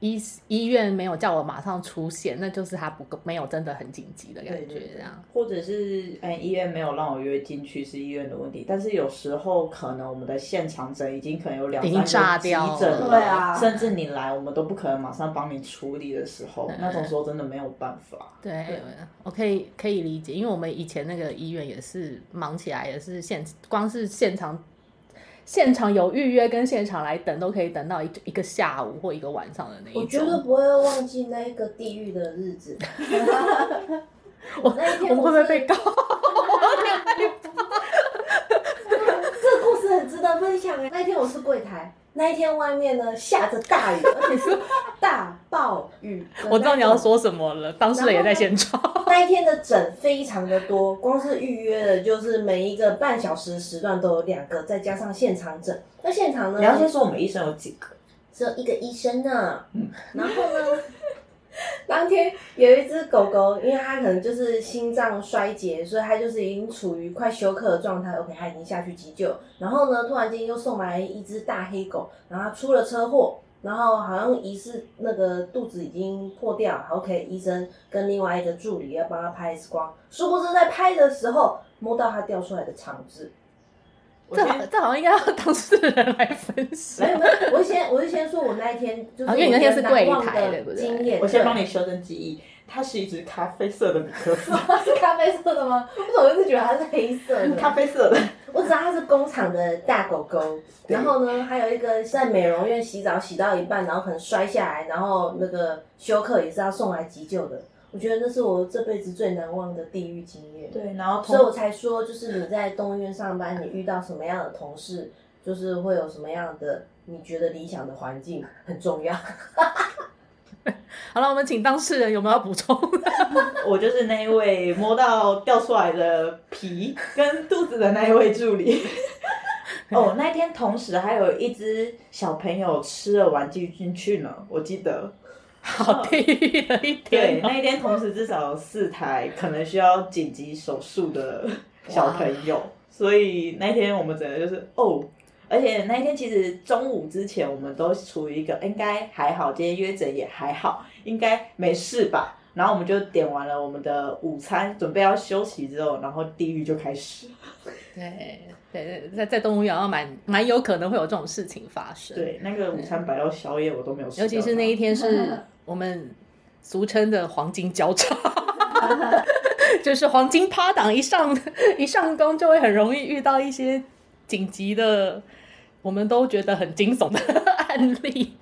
Speaker 1: 医医院没有叫我马上出现，那就是他不够没有真的很紧急的感
Speaker 2: 对
Speaker 1: 觉
Speaker 2: 对
Speaker 1: 这样。
Speaker 2: 或者是哎，医院没有让我约进去是医院的问题，但是有时候可能我们的现场诊已经可能有两
Speaker 1: 已经炸
Speaker 2: 三个急
Speaker 1: 掉
Speaker 2: 诊
Speaker 1: 了
Speaker 2: 了，
Speaker 3: 对啊
Speaker 2: 甚至你来我们都不可能马上帮你处理的时
Speaker 1: 嗯
Speaker 2: 候，那种时候真的没有办法。
Speaker 1: 对，我可以可以理解，因为我们以前那个医院也是忙起来，也是现光是现场现场有预约跟现场来等都可以等到一一个下午或一个晚上的那
Speaker 4: 我
Speaker 1: 一
Speaker 4: 绝对
Speaker 1: 种。
Speaker 4: 不会忘记那一个地狱的日子。我那 一
Speaker 1: 我们
Speaker 4: 天
Speaker 1: 会不会被告？
Speaker 4: 这个故事很值得分享哎。那一天我是柜台，那一天外面呢下着大雨， 而且是大暴雨。
Speaker 1: 我知道你要。说什么了，当事人也在现场。
Speaker 4: 那一天的诊非常的多，光是预约的，就是每一个半小时时段都有两个，再加上现场诊。那现场呢？
Speaker 2: 你要先说我们医生有几个，
Speaker 4: 只有一个医生呢。
Speaker 1: 嗯
Speaker 4: 然后呢， 当天有一只狗狗，因为它可能就是心脏衰竭，所以它就是已经处于快休克的状态。OK，它已经下去急救。然后呢，突然间又送来一只大黑狗，然后它出了车祸。然后好像疑似那个肚子已经破掉然后，OK，医生跟另外一个助理要帮他拍 X 光，殊不知在拍的时候摸到它掉出来的肠子，
Speaker 2: 我
Speaker 1: 这
Speaker 2: 先
Speaker 1: 好这好像应该要当事人来分析
Speaker 4: 没。有没有，我就先我就先说，我那一天就是
Speaker 1: 哦因为你那天是柜台
Speaker 4: 我觉得难忘
Speaker 1: 对不对
Speaker 4: 经验，
Speaker 2: 我先
Speaker 4: 对
Speaker 2: 帮你修正记忆，它是一只咖啡色的米 克 斯，
Speaker 4: 是咖啡色的吗？我怎么一直觉得它是黑色
Speaker 2: 咖
Speaker 4: 的？
Speaker 2: 啡色的，
Speaker 4: 我知道它是工厂的大狗狗，
Speaker 2: 对
Speaker 4: 然后呢，还有一个在美容院洗澡洗到一半，然后可能摔下来，然后那个休克也是要送来急救的。我觉得那是我这辈子最难忘的地狱经验，
Speaker 2: 对，然后
Speaker 4: 所以
Speaker 2: 通
Speaker 4: 我才说，就是你在动物园上班，你遇到什么样的同事，就是会有什么样的你觉得理想的环境很重要。
Speaker 1: 好了，我们请当事人有没有要补充？
Speaker 2: 我就是那一位摸到掉出来的皮跟肚子的那一位助理。哦，那一天同时还有一只小朋友吃了玩具进去呢，我记得。
Speaker 1: 好地狱的一
Speaker 2: 对，
Speaker 1: 天哦、
Speaker 2: 那一天同时至少有四台可能需要紧急手术的小朋友，所以那一天我们整个就是哦。而且那一天其实中午之前，我们都处于一个应该还好，今天约诊也还好，应该没事吧。然后我们就点完了我们的午餐，准备要休息之后，然后地狱就开始。
Speaker 1: 对对对，在在动物园要蛮蛮有可能会有这种事情发生。，
Speaker 2: 对，那个午餐摆到宵夜我都没有吃到
Speaker 1: 尤
Speaker 2: 它。
Speaker 1: 其是那一天是我们俗称的黄金交 叉，就是黄金趴档一上一上工就会很容易遇到一些紧急的，我们都觉得很惊悚的 案例。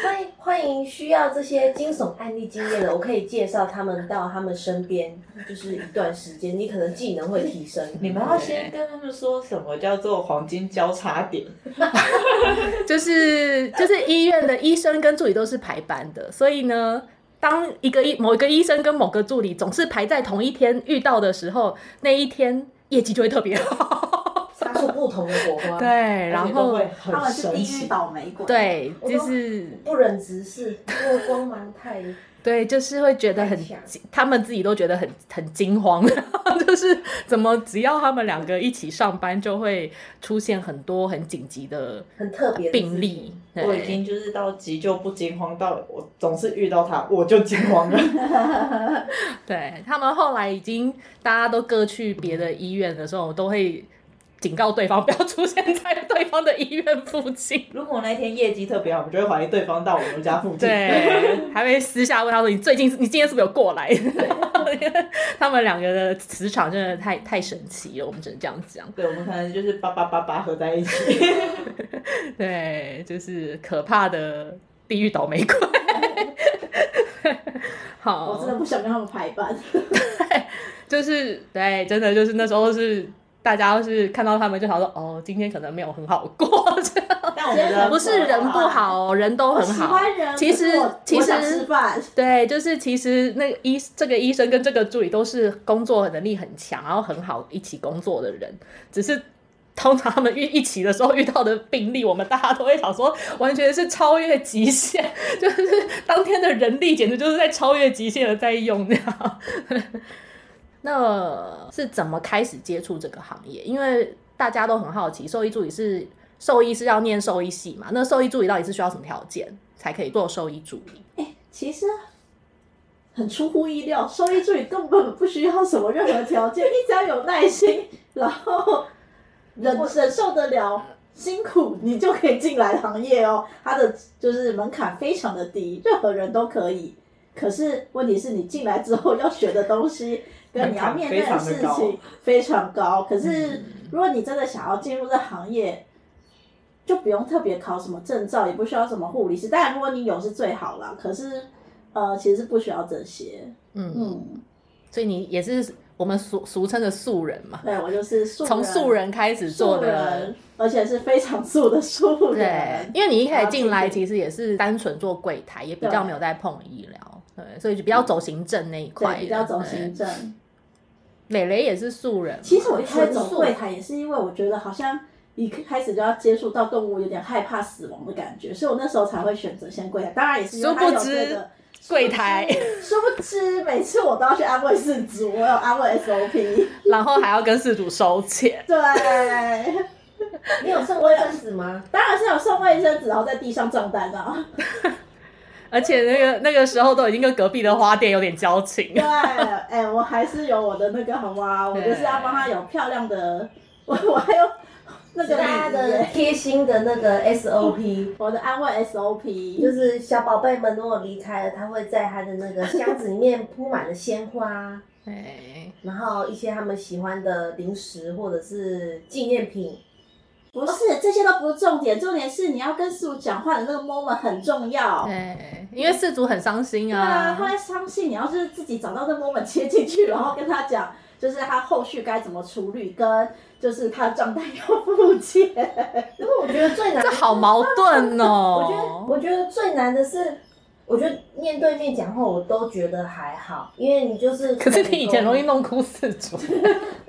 Speaker 4: 欢迎欢迎需要这些惊悚案例经验的，我可以介绍他们到他们身边，就是一段时间，你可能技能会提升。
Speaker 2: 你们要先跟他们说什么叫做黄金交叉点。
Speaker 1: 就是就是医院的医生跟助理都是排班的，所以呢，当一个医某一个医生跟某个助理总是排在同一天遇到的时候，那一天业绩就会特别好。
Speaker 4: 擦出不同的火花，
Speaker 1: 对，然后
Speaker 3: 他
Speaker 2: 很
Speaker 3: 们是
Speaker 2: 神
Speaker 3: 地狱
Speaker 2: 奇。
Speaker 3: 倒霉鬼。，
Speaker 1: 对，
Speaker 4: 我都
Speaker 1: 就是
Speaker 4: 不忍直视，因为光芒太
Speaker 1: 对，就是会觉得很
Speaker 4: 太强，
Speaker 1: 他们自己都觉得很很惊慌， 就是怎么只要他们两个一起上班，就会出现很多很紧急的
Speaker 4: 很特别的
Speaker 1: 病例。对
Speaker 2: 我已经就是到急救不惊慌，到我总是遇到他我就惊 慌了。
Speaker 1: 对他们后来已经大家都各去别的医院的时候，都会警告对方不要出现在对方的医院附近。
Speaker 2: 如果那天业绩特别好，我们就会怀疑对方到我们家附近。
Speaker 1: 对，还会私下问他说：“你最近你今天是不是有过来？” 他们两个的磁场真的太太神奇了，我们只能这样讲。
Speaker 2: 对，我们可能就是八八八八合在一起。
Speaker 1: 对，就是可怕的地狱倒霉鬼。好，
Speaker 3: 我真的不想跟他们排班。
Speaker 1: 就是对，真的就是那时候是大家是看到他们就想说，哦，今天可能没有很好过， 这样
Speaker 2: 但我们的
Speaker 1: 不是人不好哦，人都
Speaker 3: 我
Speaker 1: 很
Speaker 3: 喜
Speaker 1: 好。
Speaker 3: 欢人，
Speaker 1: 其实
Speaker 3: 可是我
Speaker 1: 其实
Speaker 3: 我想吃饭，
Speaker 1: 对，就是其实那个医这个医生跟这个助理都是工作能力很强，然后很好一起工作的人，只是通常他们遇一起的时候遇到的病例，我们大家都会想说，完全是超越极限， 就是当天的人力简直就是在超越极限的在用这样。那是怎么开始接触这个行业？因为大家都很好奇，兽医助理是兽医是要念兽医系嘛？那兽医助理到底是需要什么条件才可以做兽医助理？
Speaker 3: 其实很出乎意料，兽医助理根本不需要什么任何条件，你只要有耐心， 然后忍忍受得了辛苦，你就可以进来行业哦。它的就是门槛非常的低，任何人都可以。可是问题是你进来之后要学的东西跟你要面对的事
Speaker 2: 门槛非常的
Speaker 3: 情非常高。可是如果你真的想要进入这行业，就不用特别考什么证照，也不需要什么护理师。当然，如果你有是最好啦。可是，呃，其实不需要这些。
Speaker 1: 嗯，
Speaker 3: 嗯，
Speaker 1: 所以你也是我们俗俗称的素人嘛，
Speaker 3: 对我就是素人
Speaker 1: 从素人开始做
Speaker 3: 素
Speaker 1: 的
Speaker 3: 人。，而且是非常素的素
Speaker 1: 对
Speaker 3: 人，。
Speaker 1: 因为你一开始进来
Speaker 3: 然后进
Speaker 1: 其实也是单纯做柜台，也比较没有在碰医疗，对，所以就比较走行政那一块
Speaker 3: 对，
Speaker 1: 的，
Speaker 3: 比较走
Speaker 1: 对
Speaker 3: 行。政。
Speaker 1: 磊磊也是素人嘛，
Speaker 3: 其实我一开始走柜台也是因为我觉得好像一开始就要接触到动物，有点害怕死亡的感觉，所以我那时候才会选择先柜台。当然也是因为它有这
Speaker 1: 殊不
Speaker 3: 个
Speaker 1: 知。柜台，
Speaker 3: 殊不知每次我都要去安慰事主，我有安慰 SOP。
Speaker 1: 然后还要跟事主收钱，
Speaker 3: 对，
Speaker 4: 你有上过生死 吗？
Speaker 3: 当然是有送卫生纸，然后在地上账单啊。
Speaker 1: 而且那个那个时候都已经跟隔壁的花店有点交情
Speaker 3: 对，，哎、我还是有我的那个好吗？我就是要帮他有漂亮的，我我还有那
Speaker 4: 是
Speaker 3: 个
Speaker 4: 大家
Speaker 3: 礼仪
Speaker 4: 的
Speaker 3: 耶
Speaker 4: 贴心的那个 SOP，
Speaker 3: 我的安慰
Speaker 4: 就
Speaker 3: SOP。
Speaker 4: 是小宝贝们如果离开了，他会在他的那个箱子里面铺满了鲜花，
Speaker 1: 对，
Speaker 4: 然后一些他们喜欢的零食或者是纪念品。
Speaker 3: 不是，这些都不是重点，重点是你要跟事主讲话的那个 moment 很重要。
Speaker 1: 对，因为事主很伤心
Speaker 3: 啊对啊，他
Speaker 1: 啊，
Speaker 3: 会伤心。你要是自己找到那 moment 切进去，然后跟他讲，就是他后续该怎么处理，跟就是他账单要付钱。
Speaker 4: 因为我觉得最难
Speaker 1: 这，好矛盾
Speaker 4: 我觉得
Speaker 1: 哦。
Speaker 4: 我觉得最难的是，我觉得面对面讲话我都觉得还好，因为你就是
Speaker 1: 可是你以前容易
Speaker 4: 沟
Speaker 1: 弄哭事主，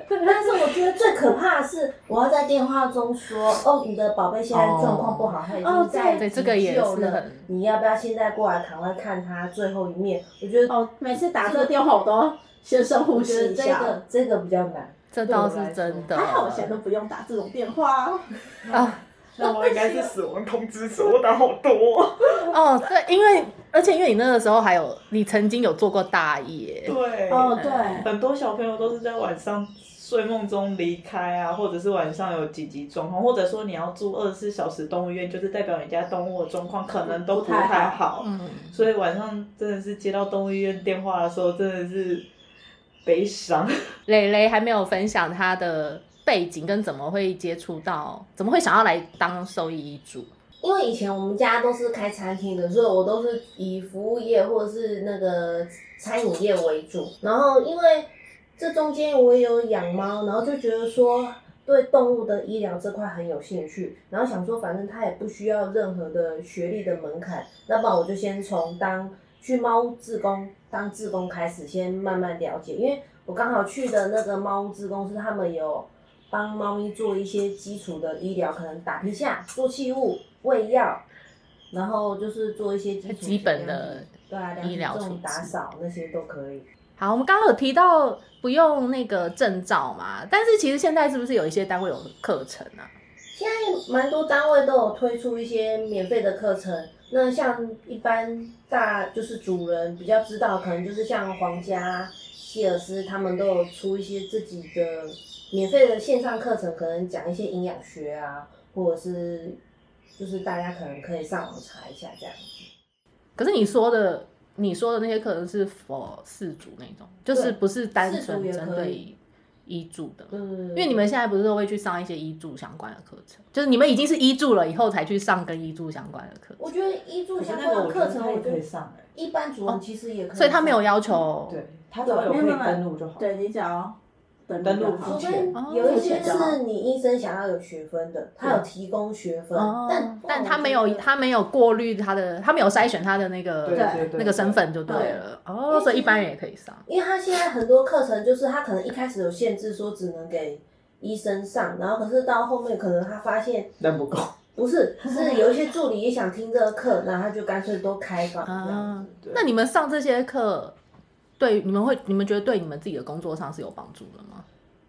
Speaker 4: 通，但是我觉得最可怕的是，我要在电话中说，哦，你的宝贝现在状况不好，他已
Speaker 3: 哦
Speaker 4: 经在
Speaker 1: 对
Speaker 4: 急
Speaker 1: 这个也
Speaker 4: 救
Speaker 1: 是
Speaker 4: 了
Speaker 1: 很，
Speaker 4: 你要不要现在过来赶快看他最后一面？我觉得，
Speaker 3: 哦，每次打这个电话我都先深呼
Speaker 4: 我觉
Speaker 3: 吸
Speaker 4: 得
Speaker 3: 一
Speaker 4: 这
Speaker 3: 下。
Speaker 4: 个这个比较难。
Speaker 1: 这倒是真的。
Speaker 3: 还好我现在都不用打这种电话。哦
Speaker 1: 啊，
Speaker 2: 那我应该是死亡通知书，我打好多、
Speaker 1: 哦，对，因为 而且因为你那个时候还有，你曾经有做过大夜，
Speaker 2: 对，
Speaker 4: 嗯
Speaker 3: 哦，对，
Speaker 2: 很多小朋友都是在晚上睡梦中离开啊，或者是晚上有紧急状况，或者说你要住二十四小时动物院，就是代表你家动物的状况可能都不太好。
Speaker 1: 嗯，
Speaker 2: 所以晚上真的是接到动物医院电话的时候，真的是悲伤。
Speaker 1: 蕾蕾还没有分享她的背景跟怎么会接触到，怎么会想要来当兽医医助。
Speaker 4: 因为以前我们家都是开餐厅的，所以我都是以服务业或者是那个餐饮业为主。然后因为这中间我也有养猫，然后就觉得说对动物的医疗这块很有兴趣，然后想说反正它也不需要任何的学历的门槛，那么我就先从当去猫屋志工当志工开始，先慢慢了解，因为我刚好去的那个猫屋志工是他们有帮猫咪做一些基础的医疗，可能打皮下、做器物、喂药，然后就是做一些基础
Speaker 1: 基本的
Speaker 4: 对啊，
Speaker 1: 医疗
Speaker 4: 这
Speaker 1: 处
Speaker 4: 种
Speaker 1: 置
Speaker 4: 打扫那些都可以。
Speaker 1: 好，我们刚刚有提到不用那个证照嘛，但是其实现在是不是有一些单位有课程啊？
Speaker 4: 现在蛮多单位都有推出一些免费的课程，那像一般大就是主人比较知道，可能就是像皇家、希尔斯他们都有出一些自己的免费的线上课程，可能讲一些营养学啊，或者是就是大家可能可以上网查一下这样。
Speaker 1: 可是你说的你说的那些课程是否四组那种，就是
Speaker 4: 对
Speaker 1: 不是单
Speaker 4: 四
Speaker 1: 纯
Speaker 4: 组也
Speaker 1: 针
Speaker 4: 可
Speaker 1: 对
Speaker 4: 以
Speaker 1: 医助的？
Speaker 4: 嗯，
Speaker 1: 因为你们现在不是都会去上一些医助相关的课程，就是你们已经是医助了以后才去上跟医助相关的课程，
Speaker 4: 我觉得医助
Speaker 2: 可是
Speaker 4: 相
Speaker 2: 那个
Speaker 4: 关
Speaker 2: 我
Speaker 4: 的
Speaker 2: 觉得
Speaker 4: 课程，
Speaker 2: 他也
Speaker 4: 我觉
Speaker 2: 可
Speaker 4: 得
Speaker 2: 以上哎、
Speaker 4: 一般主人其实也可以上，
Speaker 1: 所以他没有要求。
Speaker 2: 对，他只要有
Speaker 3: 没
Speaker 2: 可
Speaker 3: 有
Speaker 2: 以
Speaker 3: 没有
Speaker 2: 登录就好。
Speaker 3: 对你只要等
Speaker 2: 登录
Speaker 4: 除
Speaker 3: 好
Speaker 2: 付
Speaker 4: 非
Speaker 2: 钱
Speaker 4: 有一些是你医生想要有学分的，他有提供学分，
Speaker 1: 哦，
Speaker 4: 但
Speaker 1: 但他没有，他没有过滤他的，他没有筛选他的那个
Speaker 2: 对对对
Speaker 1: 那个身份就对
Speaker 4: 对
Speaker 1: 了。
Speaker 4: 因
Speaker 1: 哦，
Speaker 4: 为
Speaker 1: 所以
Speaker 4: 其
Speaker 1: 一般
Speaker 4: 实
Speaker 1: 人也可以上。
Speaker 4: 因为他现在很多课程就是他可能一开始有限制，说只能给医生上，然后可是到后面可能他发现
Speaker 2: 但不够。
Speaker 4: 不是，是有一些助理也想听这个课，那他就干脆都开放这样
Speaker 1: 啊
Speaker 4: 子。，
Speaker 2: 对
Speaker 1: 那你们上这些课，对你们会，你们觉得对你们自己的工作上是有帮助的吗？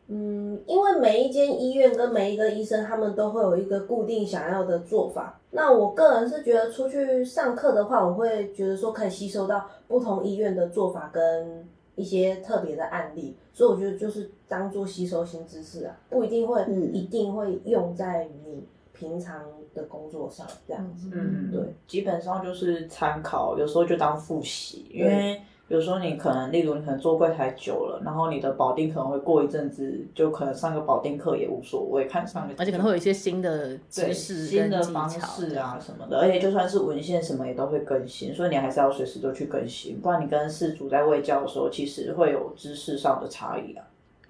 Speaker 4: 嗯，因为每一间医院跟每一个医生，他们都会有一个固定想要的做法。那我个人是觉得出去上课的话，我会觉得说可以吸收到不同医院的做法跟一些特别的案例，所以我觉得就是当做吸收新知识啊，不一定会、
Speaker 3: 嗯
Speaker 4: 一定会用在你平常的工作上这样子。
Speaker 2: 嗯，
Speaker 4: 对，
Speaker 2: 基本上就是参考，有时候就当复习，因为有时候你可能，例如你可能做柜台久了，然后你的保定可能会过一阵子，就可能上个保定课也无所谓，看上个，
Speaker 1: 而且可能会有一些新的
Speaker 2: 对
Speaker 1: 知识
Speaker 2: 新
Speaker 1: 跟
Speaker 2: 的
Speaker 1: 技
Speaker 2: 方
Speaker 1: 巧。
Speaker 2: 式啊什么的，而且就算是文献什么也都会更新，所以你还是要随时都去更新，不然你跟事主在未教的时候，其实会有知识上的差异啊。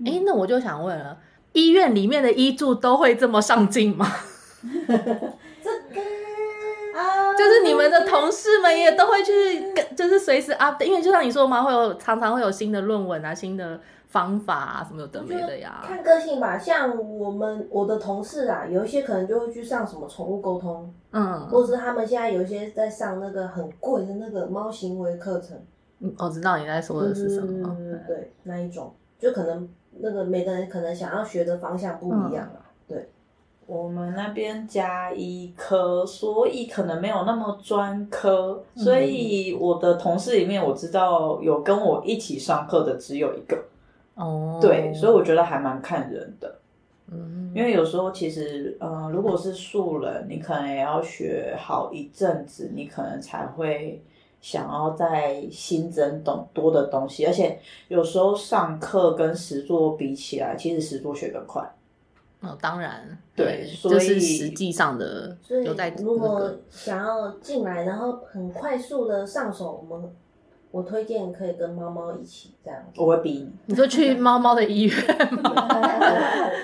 Speaker 1: 哎、那我就想问了，医院里面的医助都会这么上进吗？
Speaker 2: 啊，
Speaker 1: 就是你们的同事们也都会去跟，就是随时 update，因为就像你说嘛，会有常常会有新的论文啊、新的方法啊什么有的没的呀。
Speaker 4: 看个性吧，像我们我的同事啊，有一些可能就会去上什么宠物沟通，
Speaker 1: 嗯，
Speaker 4: 或是他们现在有一些在上那个很贵的那个猫行为课程，
Speaker 1: 嗯我知道你在说的是什么。
Speaker 4: 嗯，对，那一种就可能那个每个人可能想要学的方向不一样
Speaker 1: 嗯
Speaker 4: 啊。
Speaker 2: 我们那边加医科，所以可能没有那么专科，所以我的同事里面我知道有跟我一起上课的只有一个，
Speaker 1: 哦，
Speaker 2: 对，所以我觉得还蛮看人的，
Speaker 1: 嗯，
Speaker 2: 因为有时候其实，呃，如果是素人，你可能也要学好一阵子，你可能才会想要再新增懂多的东西，而且有时候上课跟实作比起来，其实实作学更快。
Speaker 1: 哦，当然，
Speaker 2: 对所以
Speaker 1: 就是实际上的
Speaker 4: 所以
Speaker 1: 有在
Speaker 4: 如
Speaker 1: 那
Speaker 4: 果
Speaker 1: 个
Speaker 4: 想要进来，然后很快速的上手，我们我推荐可以跟猫猫一起这样。
Speaker 2: 我会逼你，
Speaker 1: 你就去猫猫的医院吗？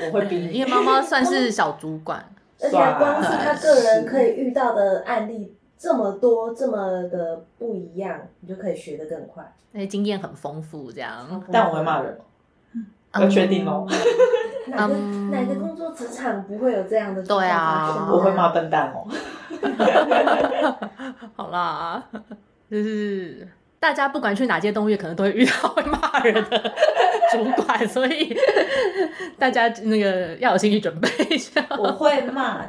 Speaker 2: 我会逼你
Speaker 1: 因。为猫猫算是小主管，
Speaker 4: 而且光是他个人可以遇到的案例这么多，这么的不一样，你就可以学得更快。
Speaker 1: 那些经验很丰富，这
Speaker 4: 哦
Speaker 1: 样。
Speaker 2: 但我会骂 人，要确定哦。
Speaker 4: 哪个、
Speaker 1: 嗯
Speaker 4: 哪个工作职场不会有这样的
Speaker 1: 对啊
Speaker 4: 情况发生呢
Speaker 2: 我会骂笨蛋哦。
Speaker 1: 嗯好啦， 就是大家不管去哪间动物园，可能都会遇到会骂人的 主管，所以大家那个要有心理准备一下。
Speaker 2: 我会骂，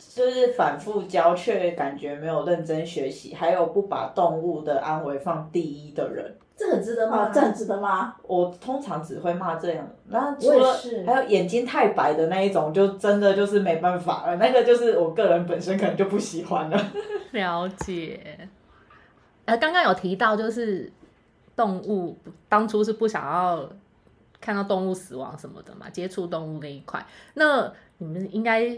Speaker 2: 就是反复教却感觉没有认真学习，还有不把动物的安危放第一的人。
Speaker 4: 这很值得骂
Speaker 3: 哦，。这很值得吗？
Speaker 2: 我通常只会骂这样，那除
Speaker 4: 我也
Speaker 2: 了
Speaker 4: 是
Speaker 2: 还有眼睛太白的那一种，就真的就是没办法了。那个就是我个人本身可能就不喜欢了。
Speaker 1: 了解。呃，刚刚有提到就是动物当初是不想要看到动物死亡什么的嘛，接触动物那一块，那你们应该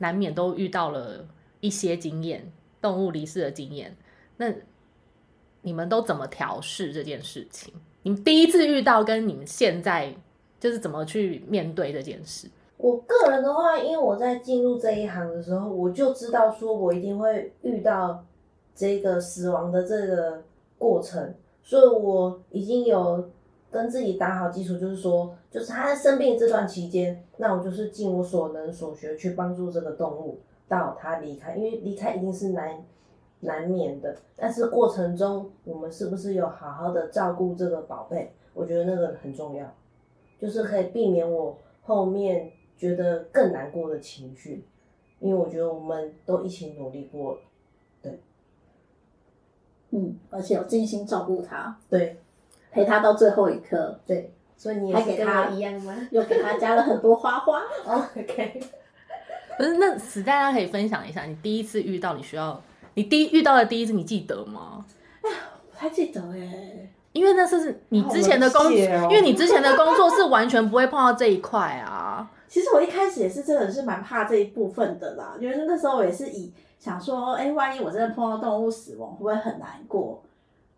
Speaker 1: 难免都遇到了一些经验，动物离世的经验，那你们都怎么调试这件事情？你们第一次遇到跟你们现在就是怎么去面对这件事？
Speaker 4: 我个人的话，因为我在进入这一行的时候，我就知道说我一定会遇到这个死亡的这个过程，所以我已经有跟自己打好基础，就是说，就是他在生病这段期间，那我就是尽我所能所学去帮助这个动物到它离开，因为离开一定是难难免的，但是过程中我们是不是有好好的照顾这个宝贝，我觉得那个很重要。就是可以避免我后面觉得更难过的情绪，因为我觉得我们都一起努力过了。
Speaker 3: 嗯，而且有精心照顾他，
Speaker 4: 对
Speaker 3: 陪他到最后一刻，
Speaker 4: 对，所以你也
Speaker 3: 还
Speaker 4: 是
Speaker 3: 给
Speaker 4: 跟
Speaker 3: 他
Speaker 4: 我一样吗
Speaker 3: 又给他加了很多花 花。
Speaker 4: 哦？OK，
Speaker 1: 不是，那史黛拉可以分享一下，你第一次遇到你需要，你第一遇到的第一次你记得吗？
Speaker 3: 不太记得哎，
Speaker 1: 因为那是你之前的工
Speaker 2: 好
Speaker 1: 作，
Speaker 2: 冷血哦
Speaker 1: 因为你之前的工作是完全不会碰到这一块啊。
Speaker 3: 其实我一开始也是真的是蛮怕这一部分的啦，因为那时候我也是以想说，哎，万一我真的碰到动物死亡，会不会很难过？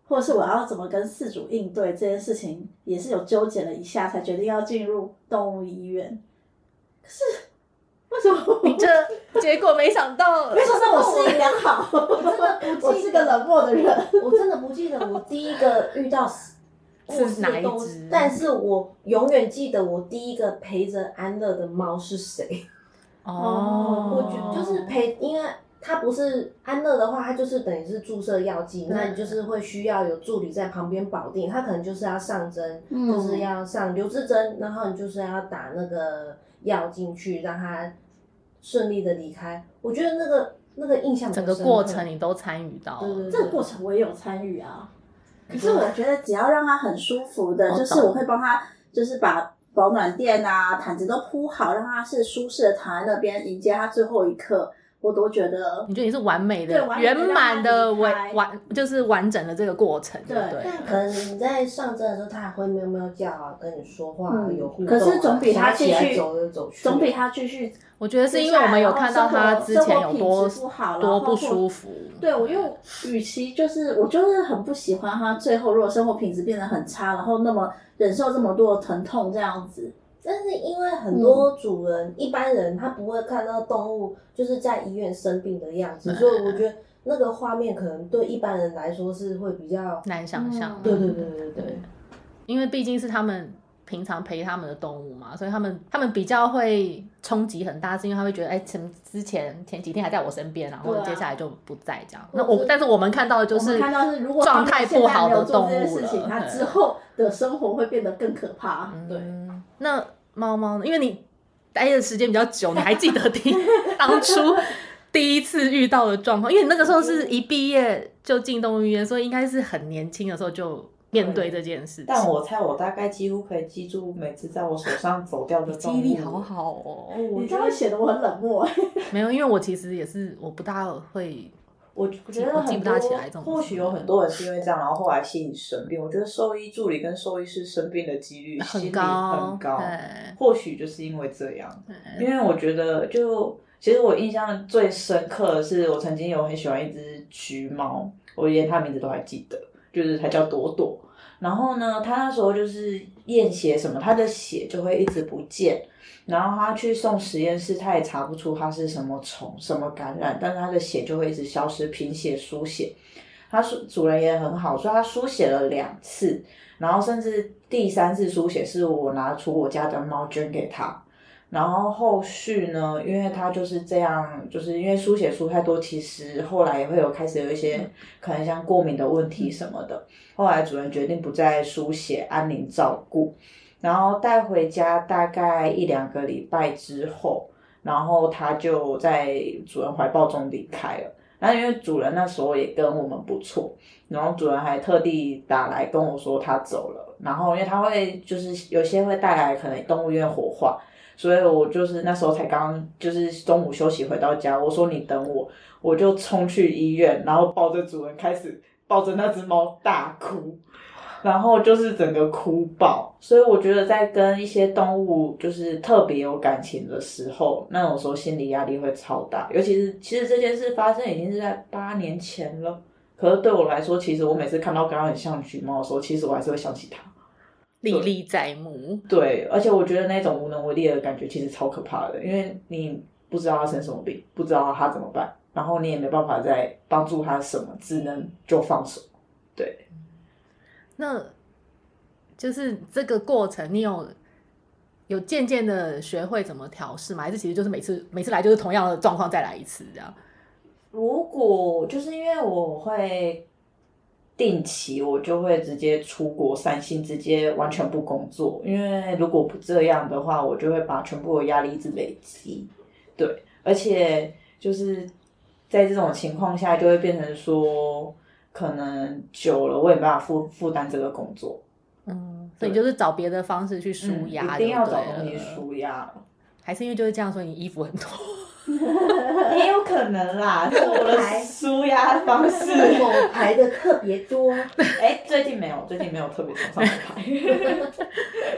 Speaker 3: 或者是我要怎么跟饲主应对这件事情，也是有纠结了一下，才决定要进入动物医院。可是为什么
Speaker 1: 你这结果没想到，
Speaker 3: 没想到我适应良好，我真
Speaker 4: 的不记得
Speaker 3: 我是个冷漠的人。
Speaker 4: 我真的不记得我第一个遇 到死
Speaker 1: 是哪一
Speaker 4: 过世的
Speaker 1: 只
Speaker 4: 动物但是我永远记得我第一个陪着安乐的猫是谁。
Speaker 1: 哦，
Speaker 3: 哦
Speaker 4: 我觉就是陪，因为它不是安乐的话，它就是等于是注射药剂，那你就是会需要有助理在旁边保定，它可能就是要上针，
Speaker 3: 嗯
Speaker 4: 就是要上留置针，然后你就是要打那个药进去，让它顺利的离开。我觉得那个那个印象
Speaker 1: 整个
Speaker 4: 很深刻
Speaker 1: 过程你都参与到
Speaker 4: 对
Speaker 1: 了。
Speaker 4: 对对
Speaker 3: 这个过程我也有参与啊。可是我觉得只要让他很舒服的，
Speaker 1: 嗯我
Speaker 3: 就是
Speaker 1: 懂
Speaker 3: 我会帮他，就是把保暖垫啊、毯子都铺好，让他是舒适的躺在那边迎接他最后一刻，我都觉得
Speaker 1: 你觉得你是完美
Speaker 3: 对
Speaker 1: 的、
Speaker 3: 完美
Speaker 1: 圆
Speaker 3: 的
Speaker 1: 满的
Speaker 3: 让它离开
Speaker 1: 完完，就是完整的这个过程，对不
Speaker 3: 对
Speaker 1: 对？
Speaker 4: 可能你在上针的时候，它还会喵喵叫啊，跟你说话啊，
Speaker 3: 嗯
Speaker 4: 有互动、啊。
Speaker 3: 可是总比
Speaker 4: 想
Speaker 3: 它
Speaker 4: 要起来
Speaker 3: 继续
Speaker 4: 走来走去，
Speaker 3: 总比他继续。
Speaker 1: 我觉得是因为我们有看到他之前有多
Speaker 3: 生活品质不好
Speaker 1: 多
Speaker 3: 然后
Speaker 1: 不舒服，
Speaker 3: 对我因为与其就是我就是很不喜欢他最后如果生活品质变得很差，然后那么忍受这么多的疼痛这样子，
Speaker 4: 但是因为很多主人、一般人他不会看到动物就是在医院生病的样 子，所以我觉得那个画面可能对一般人来说是会比较，
Speaker 1: 难想象。
Speaker 3: 嗯
Speaker 4: 对对对对 对
Speaker 1: 对，因为毕竟是他们平常陪他们的动物嘛，所以他们他们比较会冲击很大，是因为他会觉得，哎、前之前前几天还在我身边，然后
Speaker 3: 对啊
Speaker 1: 接下来就不在这样。
Speaker 4: 或者
Speaker 1: 那
Speaker 4: 是
Speaker 1: 我但是我们看到的就
Speaker 3: 我
Speaker 1: 是
Speaker 3: 们看到是如果他
Speaker 1: 状
Speaker 3: 们
Speaker 1: 态
Speaker 3: 现
Speaker 1: 不
Speaker 3: 在
Speaker 1: 好
Speaker 3: 没有
Speaker 1: 的
Speaker 3: 做
Speaker 1: 动
Speaker 3: 这件
Speaker 1: 物
Speaker 3: 事
Speaker 1: 了
Speaker 3: 情，他
Speaker 1: 对
Speaker 3: 之后的生活会变得更可怕。对。
Speaker 1: 嗯，那猫猫呢？因为你待的时间比较久，你还记得第 当初第一次遇到的状况？因为你那个时候是一毕业就进动物医院，所以应该是很年轻的时候就面对这件事情。
Speaker 2: 但我猜我大概几乎可以记住每次在我手上走 掉的
Speaker 1: 你记
Speaker 2: 动物。
Speaker 1: 忆力好好哦，
Speaker 3: 你这样显得我很冷漠。
Speaker 1: 没有，因为我其实也是我不大会，
Speaker 2: 我觉得
Speaker 1: 记
Speaker 2: 很
Speaker 1: 不大起来这种
Speaker 2: 多，或许有很多人是因为这样，然后后来心理生病。我觉得兽医助理跟兽医师生病的几率心
Speaker 1: 很
Speaker 2: 理很
Speaker 1: 高，
Speaker 2: 高，
Speaker 1: 对
Speaker 2: 或许就是因为这样。
Speaker 1: 对
Speaker 2: 因为我觉得就。其实我印象最深刻的是，我曾经有很喜欢一只橘猫，我连它名字都还记得，就是它叫朵朵。然后呢，它那时候就是验血什么，它的血就会一直不见。然后它去送实验室，它也查不出它是什么虫、什么感染，但是它的血就会一直消失，贫血、输血。它输主人也很好，所以它输血了两次，然后甚至第三次输血是我拿出我家的猫捐给它。然后后续呢，因为他就是这样，就是因为输血输太多，其实后来也会有开始有一些可能像过敏的问题什么的。后来主人决定不再输血，安宁照顾，然后带回家大概一两个礼拜之后，然后他就在主人怀抱中离开了。然后因为主人那时候也跟我们不错，然后主人还特地打来跟我说他走了，然后因为他会就是有些会带来可能动物医院火化，所以我就是那时候才刚就是中午休息回到家，我说你等我，我就冲去医院，然后抱着主人开始抱着那只猫大哭，然后就是整个哭爆，所以我觉得在跟一些动物就是特别有感情的时候，那种时候心理压力会超大，尤其是其实这件事发生已经是在八年前了。可是对我来说，其实我每次看到刚刚很像橘猫的时候，其实我还是会想起它。
Speaker 1: 历历在目。
Speaker 2: 对，而且我觉得那种无能为力的感觉其实超可怕的，因为你不知道他生什么病，不知道他怎么办，然后你也没办法再帮助他什么，只能就放手。
Speaker 1: 那就是这个过程，你有有渐渐的学会怎么调试吗？还是其实就是每次每次来就是同样的状况再来一次这样？
Speaker 2: 如果就是因为我会定期，我就会直接出国散心，直接完全不工作。因为如果不这样的话，我就会把全部的压力一直累积。对，而且就是在这种情况下，就会变成说，可能久了我也没办法负负担这个工作，
Speaker 1: 嗯，所以你就是找别的方式去舒压、
Speaker 2: 嗯一定要
Speaker 1: 就对
Speaker 2: 找
Speaker 1: 了
Speaker 2: 东西舒压。
Speaker 1: 还是因为就是这样，所以你衣服很多。
Speaker 2: 也有可能啦，这是我的舒压方式。
Speaker 4: 某牌的特别多，
Speaker 2: 哎，最近没有，最近没有特别崇尚的牌。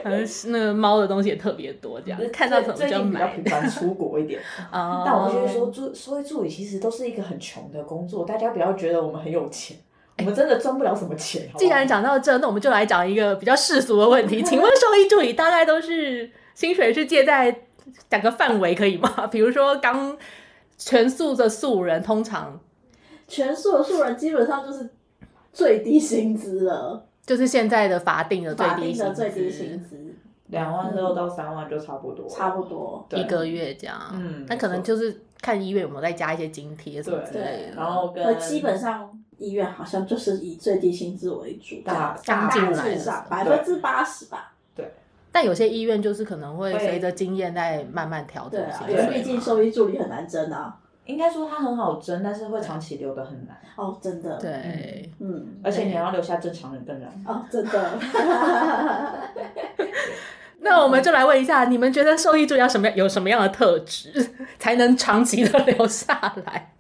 Speaker 1: 反正是那个猫的东西也特别多，这样看到什么
Speaker 2: 最
Speaker 1: 就
Speaker 2: 近比较
Speaker 1: 买
Speaker 2: 频繁出国 一点，
Speaker 1: 啊。
Speaker 2: 但我就是说，助所谓助理其实都是一个很穷的工作，大家不要觉得我们很有钱，我们真的赚不了什么钱。好不好
Speaker 1: 既然讲到这，那我们就来讲一个比较世俗的问题。请问兽医助理大概都是薪水是介在讲个范围可以吗？ 比如说刚全素的素人，通常
Speaker 3: 全素的素人基本上就是最低薪资了，
Speaker 1: 就是现在的法定的最
Speaker 3: 法
Speaker 1: 低
Speaker 3: 定
Speaker 1: 薪
Speaker 3: 的
Speaker 1: 资
Speaker 3: 最低薪资。
Speaker 2: 两万六到三万就差不多了，
Speaker 3: 差不多。
Speaker 1: 嗯
Speaker 2: 对
Speaker 1: 一个月这样，
Speaker 2: 嗯
Speaker 1: 那可能
Speaker 2: 没
Speaker 1: 就是看医院有没有再加一些津贴什么之类
Speaker 2: 对
Speaker 1: 的，，
Speaker 2: 然后
Speaker 3: 呃，
Speaker 2: 跟
Speaker 3: 基本上医院好像就是以最低薪资为主，
Speaker 2: 大
Speaker 1: 刚
Speaker 3: 大
Speaker 1: 进来
Speaker 3: 致
Speaker 1: 的时
Speaker 3: 上
Speaker 1: 候
Speaker 3: 百分之八十吧。
Speaker 1: 但有些医院就是可能会
Speaker 2: 会
Speaker 1: 随着经验在慢慢调整
Speaker 3: 对啊，
Speaker 1: 薪水
Speaker 3: 因为
Speaker 1: 嘛，
Speaker 3: 毕竟兽医助理很难争啊。
Speaker 2: 应该说它很好争，但是会长期留的很难，
Speaker 3: 哦，真的。，
Speaker 1: 对，
Speaker 3: 嗯，
Speaker 2: 而且你要留下正常人更难。
Speaker 3: 哦，真的。
Speaker 1: 那我们就来问一下，你们觉得兽医助理要什么有什么样的特质，才能长期的留下来？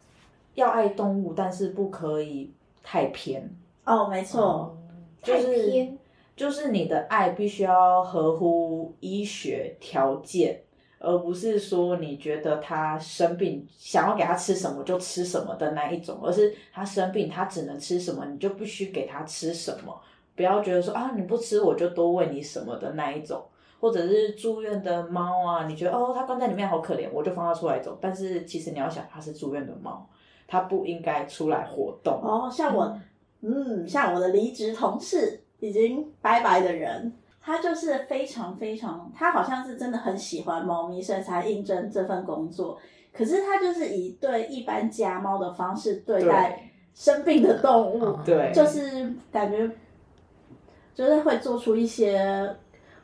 Speaker 2: 要爱动物，但是不可以太偏，
Speaker 3: 哦，没
Speaker 1: 嗯
Speaker 3: 错。
Speaker 2: 就
Speaker 4: 太
Speaker 2: 是
Speaker 4: 偏，
Speaker 2: 就是你的爱必须要合乎医学条件，而不是说你觉得他生病想要给他吃什么就吃什么的那一种，而是他生病他只能吃什么，你就必须给他吃什么，不要觉得说啊你不吃我就多喂你什么的那一种。或者是住院的猫啊，你觉得哦，它关在里面好可怜，我就放它出来走。但是其实你要想，它是住院的猫，它不应该出来活动。
Speaker 3: 哦，像我，嗯，像我的离职同事，已经拜拜的人，他就是非常非常，他好像是真的很喜欢猫咪，所以才应征这份工作。可是他就是以对一般家猫的方式对待
Speaker 2: 对
Speaker 3: 生病的动物
Speaker 1: 嗯，
Speaker 2: 对，
Speaker 3: 就是感觉，就是会做出一些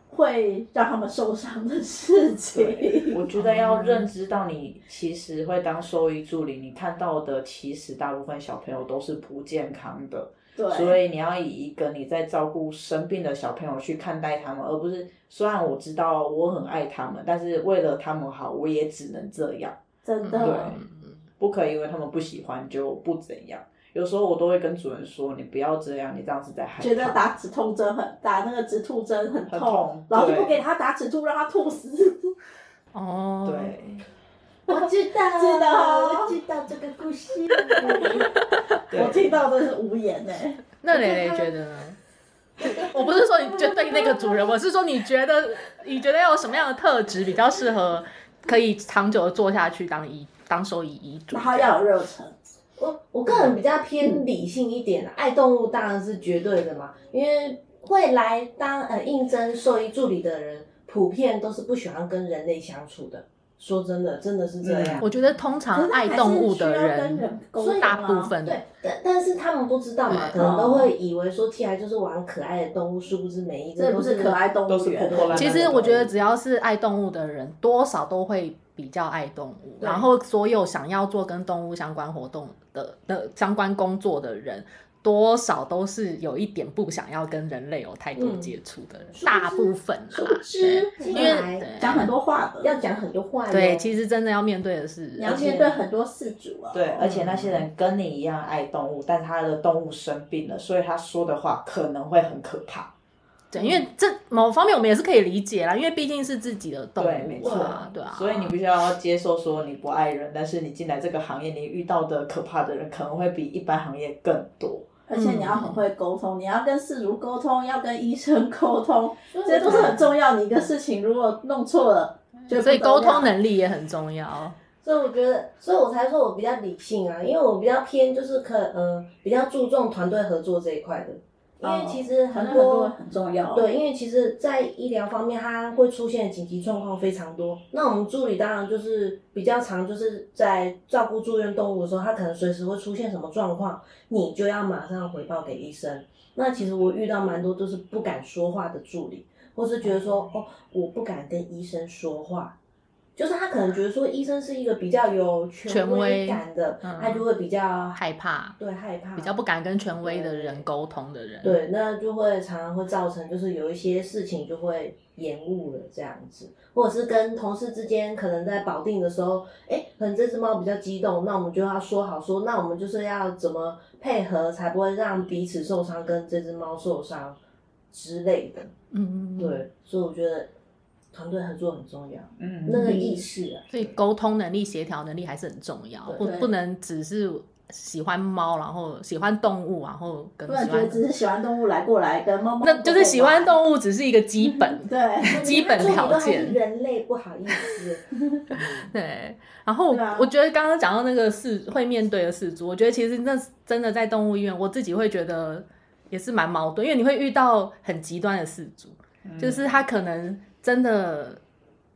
Speaker 3: 会让他们受伤的事情。
Speaker 2: 我觉得要认知到你其实会当兽医助理，你看到的其实大部分小朋友都是不健康的，
Speaker 3: 对，
Speaker 2: 所以你要以一个你在照顾生病的小朋友去看待他们，而不是虽然我知道我很爱他们，但是为了他们好，我也只能这样，
Speaker 3: 真
Speaker 1: 嗯
Speaker 3: 的，
Speaker 2: 不可以因为他们不喜欢就不怎样。有时候我都会跟主人说，你不要这样，你这样是在害怕。
Speaker 3: 觉得打止痛针很打那个止吐针很
Speaker 2: 很
Speaker 3: 痛，
Speaker 2: 痛
Speaker 3: 然后就
Speaker 2: 对
Speaker 3: 不给他打止吐，让他吐死。
Speaker 1: 哦，
Speaker 2: 对，
Speaker 4: 我知道，
Speaker 3: 知道
Speaker 4: 我知道这个故事。
Speaker 2: 对
Speaker 3: 我听到真是无言欸呢、
Speaker 1: 那蕾蕾觉得呢？我不是说你就对那个主人，我是说你觉得你觉得要有什么样的特质比较适合，可以长久的做下去当医当兽医医主
Speaker 3: 然？后要有热忱，
Speaker 4: 我我个人比较偏理性一点、啊，爱动物当然是绝对的嘛，因为会来当呃应征兽医助理的人，普遍都是不喜欢跟人类相处的。说真的，真的是这样。
Speaker 1: 我觉得通常啊爱动物的
Speaker 3: 可是还是需要跟
Speaker 1: 人
Speaker 3: 人沟通啊
Speaker 1: 大部分
Speaker 4: 对，但但是他们不知道嘛，
Speaker 1: 对
Speaker 4: 可能
Speaker 3: 哦
Speaker 4: 都会以为说 T I 就是玩可爱的动物，殊不知每一个
Speaker 3: 这
Speaker 4: 都
Speaker 3: 不是可爱动
Speaker 2: 都
Speaker 3: 物
Speaker 2: 是
Speaker 3: 园
Speaker 2: 破破烂烂。
Speaker 1: 其实我觉得，只要是爱动物的人，多少都会比较爱动物。
Speaker 4: 对
Speaker 1: 然后，所有想要做跟动物相关活动的的相关工作的人，多少都是有一点不想要跟人类有太多
Speaker 4: 嗯
Speaker 1: 接触的人，
Speaker 4: 殊不知
Speaker 1: 大部分
Speaker 4: 殊
Speaker 1: 啦
Speaker 4: 不。知
Speaker 1: 对
Speaker 4: 进
Speaker 1: 因为
Speaker 4: 来
Speaker 3: 讲很多话的，
Speaker 4: 要讲很多话哟。
Speaker 1: 对，其实真的要面对的是
Speaker 3: 你要面对很多事主啊。
Speaker 2: 对，而且那些人跟你一样爱动物，但他的动物生病了，所以他说的话可能会很可怕。
Speaker 1: 对，因为这某方面我们也是可以理解啦，因为毕竟是自己的动
Speaker 2: 对没
Speaker 1: 物
Speaker 2: 错
Speaker 1: 啊，对啊，
Speaker 2: 所以你必须要接受说你不爱人，但是你进来这个行业，你遇到的可怕的人可能会比一般行业更多。
Speaker 3: 而且你要很会沟
Speaker 1: 嗯
Speaker 3: 通，你要跟事主沟通，要跟医生沟 通，这些都是很重要。你一个事情如果弄错了，就
Speaker 1: 所以沟通
Speaker 3: 的
Speaker 1: 能力也很重要。
Speaker 4: 所以我觉得，所以我才说我比较理性啊，因为我比较偏就是可呃比较注重团队合作这一块的，因
Speaker 3: 哦
Speaker 4: 为其实
Speaker 3: 很
Speaker 4: 很多、
Speaker 3: 多很重要。，
Speaker 4: 对，因为其实，在医疗方面，它会出现紧急状况非常多。那我们助理当然就是比较常就是在照顾住院动物的时候，它可能随时会出现什么状况，你就要马上回报给医生。那其实我遇到蛮多都是不敢说话的助理，或是觉得说
Speaker 1: 嗯
Speaker 4: 哦，我不敢跟医生说话。就是他可能觉得说医生是一个比较有
Speaker 1: 权
Speaker 4: 权
Speaker 1: 威
Speaker 4: 威感的，
Speaker 1: 嗯
Speaker 4: 他就会比较
Speaker 1: 害怕
Speaker 4: 对害怕，
Speaker 1: 比较不敢跟权威的
Speaker 4: 对
Speaker 1: 人沟通的人，
Speaker 4: 对，那就会常常会造成，就是有一些事情就会延误了这样子，或者是跟同事之间可能在保定的时候，哎，可能这只猫比较激动，那我们就要说好说，那我们就是要怎么配合，才不会让彼此受伤，跟这只猫受伤之类的。
Speaker 1: 嗯，
Speaker 4: 对，所以我觉得团队合作很重要，
Speaker 2: 嗯
Speaker 4: 那个意识啊，
Speaker 1: 所以沟通能力、协调能力还是很重要，
Speaker 4: 对
Speaker 1: 不
Speaker 3: 对
Speaker 1: 不能只是喜欢猫，然后喜欢动物，然后跟
Speaker 3: 不
Speaker 1: 喜
Speaker 3: 然觉得
Speaker 1: 欢
Speaker 3: 只是喜欢动物来过来跟猫猫，
Speaker 1: 那就是喜欢动物只是一个基 本。
Speaker 3: 对。
Speaker 1: 基本条
Speaker 4: 助理都还
Speaker 1: 件
Speaker 4: 是人类不好意思，
Speaker 1: 对，然后
Speaker 3: 对啊
Speaker 1: 我觉得刚刚讲到那个事会面对的事主，我觉得其实那真的在动物医院，我自己会觉得也是蛮矛盾，因为你会遇到很极端的事主，
Speaker 3: 嗯
Speaker 1: 就是他可能真的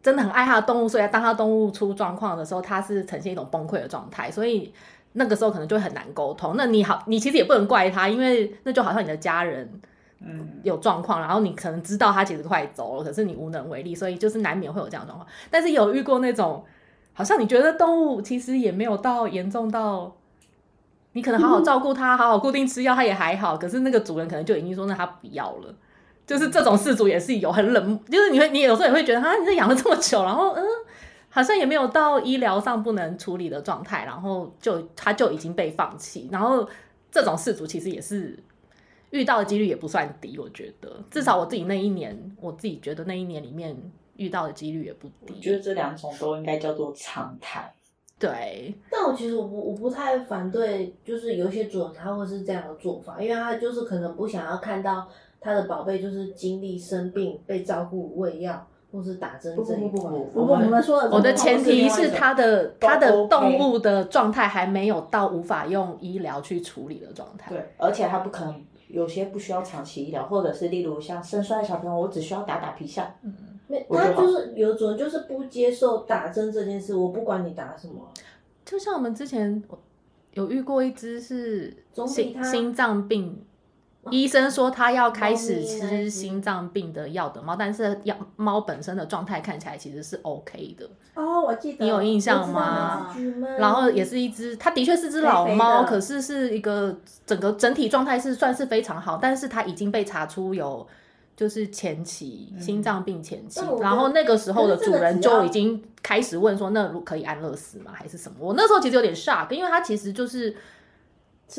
Speaker 1: 真的很爱他的动物，所以当他动物出状况的时候，他是呈现一种崩溃的状态，所以那个时候可能就会很难沟通。那你好，你其实也不能怪他，因为那就好像你的家人
Speaker 2: 嗯，
Speaker 1: 有状况，然后你可能知道他其实快走了，可是你无能为力，所以就是难免会有这样的状况。但是有遇过那种，好像你觉得动物其实也没有到严重到，你可能好好照顾它，好好固定吃药，它也还好，可是那个主人可能就已经说那它不要了。就是这种事主也是有很冷漠，就是你会你有时候也会觉得啊，你这养了这么久，然后嗯，好像也没有到医疗上不能处理的状态，然后就它就已经被放弃，然后这种事主其实也是遇到的几率也不算低，我觉得至少我自己那一年，我自己觉得那一年里面遇到的几率也不
Speaker 2: 我觉得
Speaker 1: 低。
Speaker 2: 这两种都应该叫做常态。
Speaker 1: 对，
Speaker 4: 但我其实我不我不太反对，就是有一些主人他会是这样的做法，因为他就是可能不想要看到他的宝贝就是经历生病、被照顾、喂药或是打针这一块。
Speaker 3: 如果你们说的
Speaker 1: 我的前提
Speaker 3: 是
Speaker 1: 是它的
Speaker 2: 都
Speaker 1: 它的
Speaker 2: OK
Speaker 1: 动物的状态还没有到无法用医疗去处理的状态。
Speaker 2: 对，而且他不可能有些不需要长期医疗，或者是例如像肾衰的小朋友，我只需要打打皮下，
Speaker 1: 嗯
Speaker 4: 没，
Speaker 2: 我
Speaker 4: 他
Speaker 2: 就好
Speaker 4: 就是有主人就是不接受打针这件事，我不管你打什么，
Speaker 1: 就像我们之前有遇过一只是
Speaker 4: 总比
Speaker 1: 心
Speaker 4: 它哦
Speaker 1: 心脏病，医生说他要开始
Speaker 4: 猫咪那一
Speaker 1: 吃
Speaker 4: 只
Speaker 1: 心脏病的药的猫，但是药猫本身的状态看起来其实是 OK 的，
Speaker 3: 哦，我记得
Speaker 1: 你有印
Speaker 4: 这
Speaker 1: 象吗？然
Speaker 4: 然
Speaker 1: 后也是一只，它的确是只老猫，
Speaker 3: 肥肥的
Speaker 1: 可是是一个整个整体状态是算是非常好，但是它已经被查出有就是前期、
Speaker 2: 嗯
Speaker 1: 心脏病前期
Speaker 4: 但我，觉得
Speaker 1: 然后那个时候的
Speaker 3: 可是
Speaker 1: 主
Speaker 3: 这个
Speaker 1: 人
Speaker 3: 只要
Speaker 1: 就已经开始问说，那如可以安乐死吗？还是什么？我那时候其实有点 shock，因为它其实就是。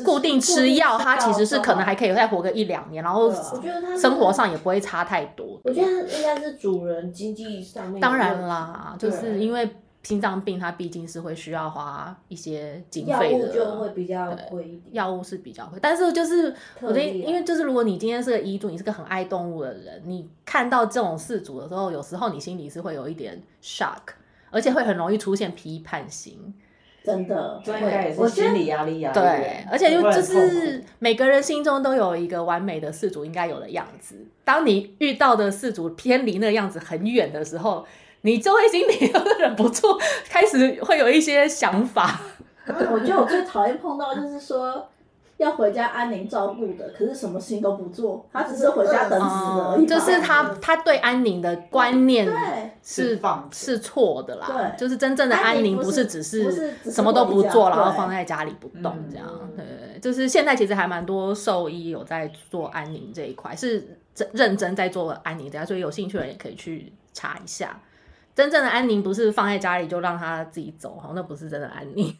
Speaker 1: 固定吃药，它其实是可能还可以再活个一两年，然后
Speaker 3: 对啊
Speaker 4: 我觉得他是
Speaker 1: 生活，上也不会差太多。
Speaker 4: 我觉得应该是主人经济上面有
Speaker 1: 当然
Speaker 4: 问题
Speaker 1: 啦，就是
Speaker 2: 对
Speaker 1: 因为心脏病，它毕竟是会需要花一些经
Speaker 4: 药
Speaker 1: 费
Speaker 4: 物
Speaker 1: 的，
Speaker 4: 就会比较贵一点。
Speaker 1: 药物是比较会，但是就是我的，
Speaker 4: 特例啊
Speaker 1: 因为就是如果你今天是个医嘱，你是个很爱动物的人，你看到这种事主的时候，有时候你心里是会有一点 shock，而且会很容易出现批判心。
Speaker 3: 真的，
Speaker 2: 这应该也
Speaker 3: 我
Speaker 2: 是
Speaker 3: 觉得
Speaker 2: 心理压力啊。
Speaker 1: 对，而且又
Speaker 2: 会
Speaker 1: 就
Speaker 2: 很
Speaker 1: 是
Speaker 2: 痛苦
Speaker 1: 每个人心中都有一个完美的事主应该有的样子。当你遇到的事主偏离那个样子很远的时候，你就会心里 忍不住开始会有一些想法。
Speaker 3: 我觉得我最讨厌碰到就是说要回家安宁照顾的，可是什么事情都不做，他只是回家等死而
Speaker 1: 哦
Speaker 3: 已吧。
Speaker 1: 就是他他对安宁的观念
Speaker 3: 对
Speaker 1: 是
Speaker 2: 是放着
Speaker 1: 是错的啦，
Speaker 3: 对
Speaker 1: 就是真正的安
Speaker 3: 安
Speaker 1: 宁
Speaker 3: 宁不
Speaker 1: 不
Speaker 3: 是
Speaker 1: 是只
Speaker 3: 不是只是
Speaker 1: 什么都不
Speaker 3: 回家
Speaker 1: 做，然后
Speaker 3: 对
Speaker 1: 放在家里不动
Speaker 2: 嗯
Speaker 1: 这样。对
Speaker 4: 嗯
Speaker 1: 对，对就是现在其实还蛮多兽医有在做安宁这一块，是真认真在做安宁这样，所以有兴趣的人也可以去查一下。真正的安宁不是放在家里就让它自己走，好，那不是真的安宁。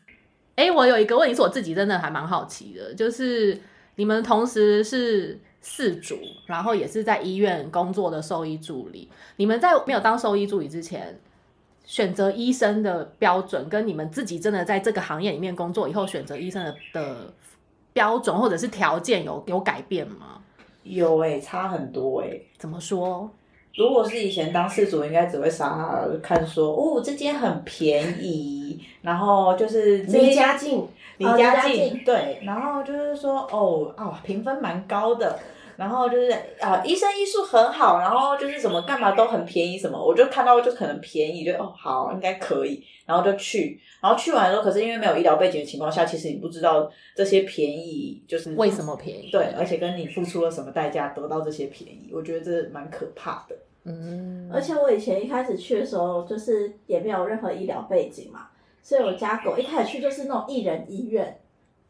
Speaker 1: 哎，我有一个问题是我自己真的还蛮好奇的，就是你们同时是饲主，然后也是在医院工作的兽医助理，你们在没有当兽医助理之前，选择医生的标准，跟你们自己真的在这个行业里面工作以后选择医生的的标准或者是条件有有改变吗？
Speaker 2: 有哎、差很多哎、
Speaker 1: 怎么说？
Speaker 2: 如果是以前当事主，应该只会傻看说，哦，这间很便宜，然后就是这
Speaker 4: 离
Speaker 2: 间
Speaker 4: 家近，
Speaker 2: 离家
Speaker 3: 哦离家
Speaker 2: 近，
Speaker 3: 近
Speaker 2: 对，然后就是说，哦哦，评分蛮高的，然后就是啊，医生医术很好，然后就是什么干嘛都很便宜什么，我就看到就可能便宜，就哦好，应该可以，然后就去，然后去完之后，可是因为没有医疗背景的情况下，其实你不知道这些便宜就是
Speaker 1: 为什么便宜？
Speaker 2: 对，而且跟你付出了什么代价得到这些便宜，我觉得这蛮可怕的。
Speaker 1: 嗯，
Speaker 3: 而且我以前一开始去的时候，就是也没有任何医疗背景嘛，所以我家狗一开始去就是那种一人医院，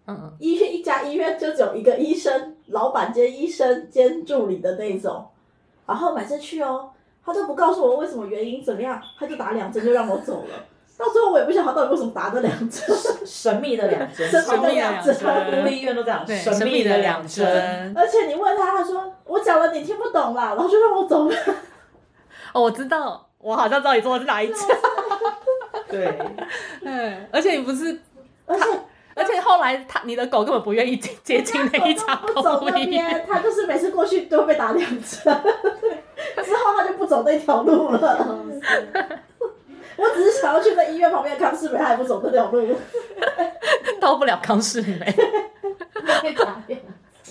Speaker 1: 嗯，
Speaker 3: 医院一家医院就只有一个医生，老板兼医生兼助理的那种。然后每次去哦，他都不告诉我为什么原因怎么样，他就打两针就让我走了。到最后我也不晓得他到底为什么打这两针，
Speaker 2: 神秘的 两针，
Speaker 3: 神
Speaker 1: 秘的两针
Speaker 2: 公立医院都这样，
Speaker 1: 对，
Speaker 2: 神秘的两 针。
Speaker 1: 针。
Speaker 3: 而且你问他，他说我讲了你听不懂啦，然后就让我走了。
Speaker 1: 哦，我知道，我好像知道你说的是哪一针。
Speaker 2: 对，
Speaker 1: 嗯，而且你不是，
Speaker 3: 而且
Speaker 1: 而且后来他你的狗根本不愿意接接近那一家
Speaker 3: 不走
Speaker 1: 狗
Speaker 3: 那
Speaker 1: 医院。
Speaker 3: 边，他就是每次过去都会被打两针，之后他就不走那条路了。我只是想要去那医院旁边的康师美，他也不走那条路。
Speaker 1: 到不了康世美。
Speaker 4: 被打遍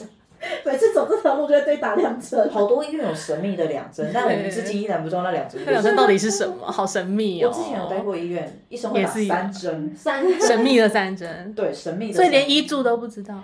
Speaker 3: 每次走这条路就会对打两针。
Speaker 2: 好多医院有神秘的两针，但我们至今依然不知道那两针是
Speaker 1: 那两
Speaker 2: 什
Speaker 1: 针
Speaker 2: 么。
Speaker 1: 到底是什么？好神秘哦！
Speaker 2: 我之前有待过医院，医生会
Speaker 1: 也
Speaker 2: 打
Speaker 1: 是有
Speaker 2: 三针，
Speaker 4: 三
Speaker 1: 神秘的三针，
Speaker 2: 对，神秘 的
Speaker 1: 所
Speaker 2: 三针。
Speaker 1: 以连医助都不知道。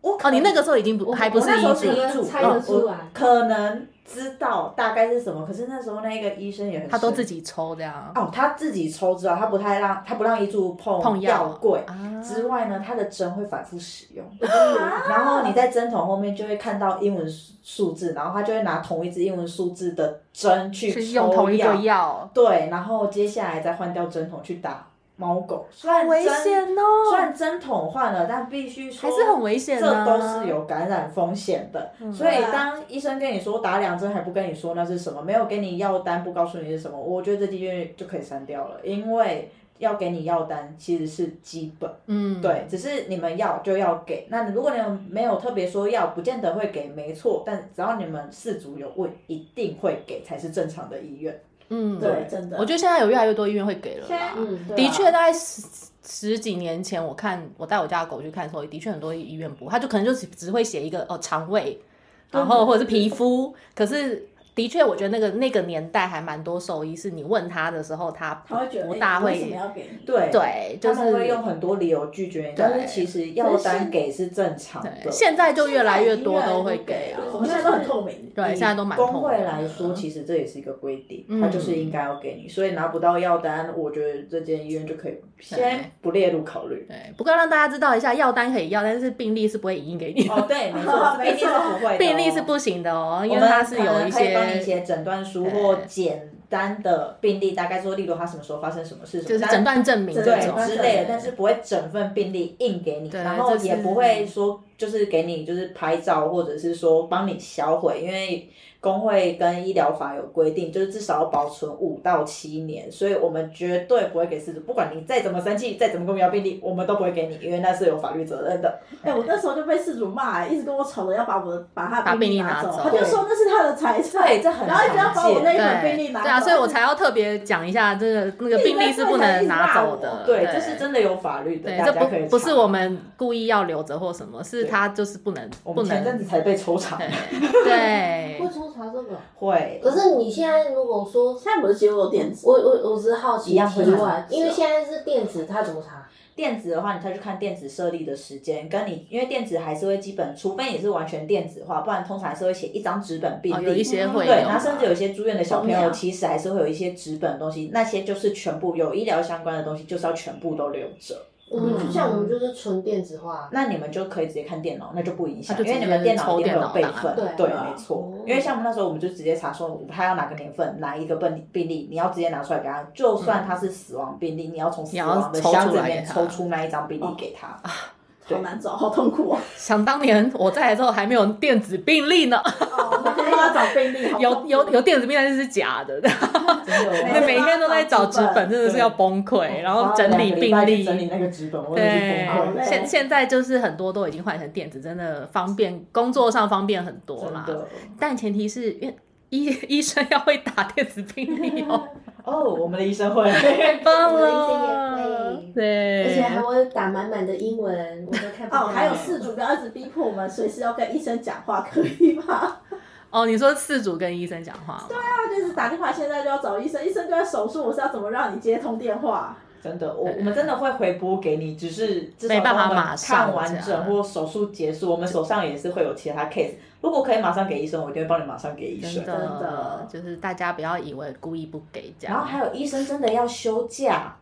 Speaker 2: 我可
Speaker 1: 哦，你那个时候已经不
Speaker 4: 我
Speaker 1: 还不
Speaker 2: 我
Speaker 1: 是
Speaker 2: 那
Speaker 1: 医
Speaker 2: 时候
Speaker 1: 助
Speaker 2: 是，医助，
Speaker 1: 哦
Speaker 4: 猜得出来
Speaker 2: 我可能知道大概是什么，可是那时候那个医生也很神秘，
Speaker 1: 他都自己抽这样。
Speaker 2: 哦，他自己抽知道，他不太让他不让医助碰
Speaker 1: 碰药
Speaker 2: 药柜。
Speaker 1: 啊
Speaker 2: 之外呢，它的针会反复使用， 然后你在针筒后面就会看到英文数数字，然后他就会拿同一支英文数字的针去
Speaker 1: 是用
Speaker 2: 抽
Speaker 1: 同一个
Speaker 2: 药，
Speaker 1: 药，
Speaker 2: 对，然后接下来再换掉针筒去打猫狗。虽然
Speaker 1: 危
Speaker 2: 针
Speaker 1: 险
Speaker 2: 虽
Speaker 1: 哦，
Speaker 2: 然针筒换了，但必须说
Speaker 1: 还是很危险的
Speaker 2: 这
Speaker 1: 啊。嗯
Speaker 2: 都是有感染风险的。所以当医生跟你说打两针还不跟你说那是什么，没有给你药单不告诉你是什么，我觉得这医院就可以删掉了，因为要给你药单其实是基本。
Speaker 1: 嗯，
Speaker 2: 对，只是你们要就要给。那如果你们没有特别说要，不见得会给，没错。但只要你们事主有问，一定会给才是正常的医院。
Speaker 1: 嗯，
Speaker 3: 对，真的。
Speaker 1: 我觉得现在有越来越多医院会给了
Speaker 2: 现在
Speaker 1: 啦。
Speaker 4: 嗯
Speaker 2: 对啊
Speaker 1: 的确，大概十十几年前，我看我带我家的狗去看的时候，的确很多医院不，他就可能就只只会写一个哦肠胃，然后或者是皮肤，可是。的确，我觉得那个那个年代还蛮多兽医，是你问他的时候，他不
Speaker 3: 他会觉得
Speaker 1: 不
Speaker 3: 哎
Speaker 1: 大
Speaker 3: 为什么
Speaker 1: 会，
Speaker 3: 要给你？
Speaker 2: 对，
Speaker 1: 对，就
Speaker 2: 他们会
Speaker 1: 是
Speaker 2: 用很多理由拒绝你，但是其实药单给是正常的
Speaker 1: 对，。现在就越来越多
Speaker 3: 现
Speaker 1: 都
Speaker 3: 在已经
Speaker 1: 会
Speaker 3: 越来
Speaker 1: 给
Speaker 3: 越
Speaker 1: 了
Speaker 3: 多，我们现在都很透明。
Speaker 1: 对，现在都蛮
Speaker 2: 以
Speaker 1: 痛
Speaker 2: 工
Speaker 1: 苦的
Speaker 2: 会来说，其实这也是一个规定，
Speaker 1: 嗯
Speaker 2: 他就是应该要给你，所以拿不到药单，我觉得这间医院就可以先不列入考虑。
Speaker 1: 对，不过让大家知道一下，药单可以要，但是病历是不会影印给你的，
Speaker 2: 哦，对，没错， 病例是不会的哦，
Speaker 1: 病历是不行的哦，因
Speaker 2: 我
Speaker 1: 为
Speaker 2: 们
Speaker 1: 它是有一
Speaker 2: 可以帮
Speaker 1: 些
Speaker 2: 你写诊断书
Speaker 1: 对
Speaker 2: 或简单的病例，大概说，例如他什么时候发生什么事，
Speaker 1: 就是
Speaker 2: 什
Speaker 1: 诊
Speaker 2: 么
Speaker 1: 断证明
Speaker 3: 对
Speaker 1: 这
Speaker 2: 单
Speaker 1: 种
Speaker 2: 对之类的，但是不会整份病例印给你，
Speaker 1: 对
Speaker 2: 然后
Speaker 1: 这是
Speaker 2: 也不会说就是给你就是拍照或者是说帮你销毁，因为工会跟医疗法有规定，就是至少要保存五到七年，所以我们绝对不会给事主，不管你再怎么生气，再怎么跟我们要病例，我们都不会给你，因为那是有法律责任的。
Speaker 3: 哎、我那时候就被事主骂、哎一直跟我吵着要把我的把他
Speaker 1: 把
Speaker 3: 的病
Speaker 1: 病历
Speaker 3: 历
Speaker 1: 拿
Speaker 3: 走
Speaker 1: 走，
Speaker 3: 他就说那是他的财产，
Speaker 2: 对这很
Speaker 3: 然后一直要把我那一本病历
Speaker 1: 对
Speaker 3: 拿走，
Speaker 1: 对啊，所以我才要特别讲一下，这个那个病历是不能拿走的，
Speaker 2: 对，这是。真的有法律的，
Speaker 1: 对，
Speaker 2: 大
Speaker 1: 这
Speaker 2: 家可以
Speaker 1: 不不是
Speaker 2: 查
Speaker 1: 我们故意要留着或什么，是他就是不能
Speaker 2: 我
Speaker 1: 不
Speaker 2: 们前阵
Speaker 1: 能
Speaker 2: 子才被抽查，
Speaker 1: 对
Speaker 4: 会抽查这个。
Speaker 2: 会
Speaker 4: 可是你现在如果说，
Speaker 3: 现在不是接入电子，
Speaker 4: 我我我只是好奇
Speaker 2: 一样会
Speaker 4: 题外
Speaker 3: 啊
Speaker 2: 查，
Speaker 4: 因为现在是电子，它怎么查？
Speaker 2: 电子的话，你再去看电子设立的时间，跟你因为电子还是会基本，除非你是完全电子化，不然通常还是会写一张纸本病
Speaker 1: 哦
Speaker 2: 历。
Speaker 1: 有一些会
Speaker 2: 对，
Speaker 1: 有
Speaker 2: 那甚至有些住院的小朋
Speaker 3: 同
Speaker 2: 友
Speaker 3: 样
Speaker 2: 其实还是会有一些纸本的东西，那些就是全部有医疗相关的东西，就是要全部都留着。
Speaker 3: 嗯
Speaker 4: 我们就像我们就是纯电子化，
Speaker 2: 那你们就可以直接看电脑，那就不影
Speaker 1: 啊
Speaker 2: 响，
Speaker 1: 那就直
Speaker 2: 因为
Speaker 1: 接
Speaker 2: 你们电脑一定会有
Speaker 1: 抽
Speaker 2: 备
Speaker 1: 电脑
Speaker 2: 份
Speaker 4: 档案，
Speaker 2: 对，
Speaker 3: 对啊
Speaker 2: 没错
Speaker 4: 哦。
Speaker 2: 因为像我们那时候，我们就直接查说他要哪个年份，哪一个病病例，你要直接拿出来给他，就算他是死亡病例，你要从死亡的
Speaker 1: 嗯你要抽出
Speaker 2: 箱子里
Speaker 1: 来
Speaker 2: 面
Speaker 1: 给他啊
Speaker 2: 抽出那一张病例给他。
Speaker 3: 好难找，好 痛苦哦。
Speaker 1: 想当年我在的时候还没有电子病历呢，
Speaker 3: 哦，每天都要找病 历，好痛苦
Speaker 1: 有有有电子病历但是是假的，
Speaker 2: 真的
Speaker 3: 没
Speaker 2: 哦
Speaker 3: 有
Speaker 1: 那每天都在找纸本，真的是
Speaker 2: 对
Speaker 1: 要崩溃，然后整理病
Speaker 2: 花了两个礼拜去
Speaker 1: 历，
Speaker 2: 整理那个纸本，我也是崩
Speaker 1: 对，
Speaker 2: 溃。
Speaker 1: 现现在就是很多都已经换成电子，真的方便，工作上方便很多
Speaker 2: 真
Speaker 1: 啦。
Speaker 2: 的
Speaker 1: 但前提是因为医 医生要会打电子病历 哦，
Speaker 2: 哦，我们的 医生会，
Speaker 1: 太棒了
Speaker 4: 我们医生也会！而且
Speaker 1: 对，
Speaker 4: 还会打满满的英文，我都看不
Speaker 3: 哦，
Speaker 4: 懂。
Speaker 3: 还有事主不要一直逼迫我们，随时要跟医生讲话，可以吗？
Speaker 1: 哦，你说四组跟医生讲话吗，
Speaker 2: 啊
Speaker 3: 他就是打电话，现在就要找医生，医生就在手术，我是要怎么让你接通电话？
Speaker 2: 真的，我我们真的会回拨给你，只是至少
Speaker 1: 没办法
Speaker 2: 当我们
Speaker 1: 马上
Speaker 2: 看完
Speaker 1: 这
Speaker 2: 整
Speaker 1: 样
Speaker 2: 或手术结束，我们手上也是会有其他 case。如果可以马上给医生，我一定会帮你马上给医生
Speaker 1: 真。
Speaker 3: 的
Speaker 1: 的，就是大家不要以为故意不给这样。
Speaker 2: 然后还有医生真的要休假，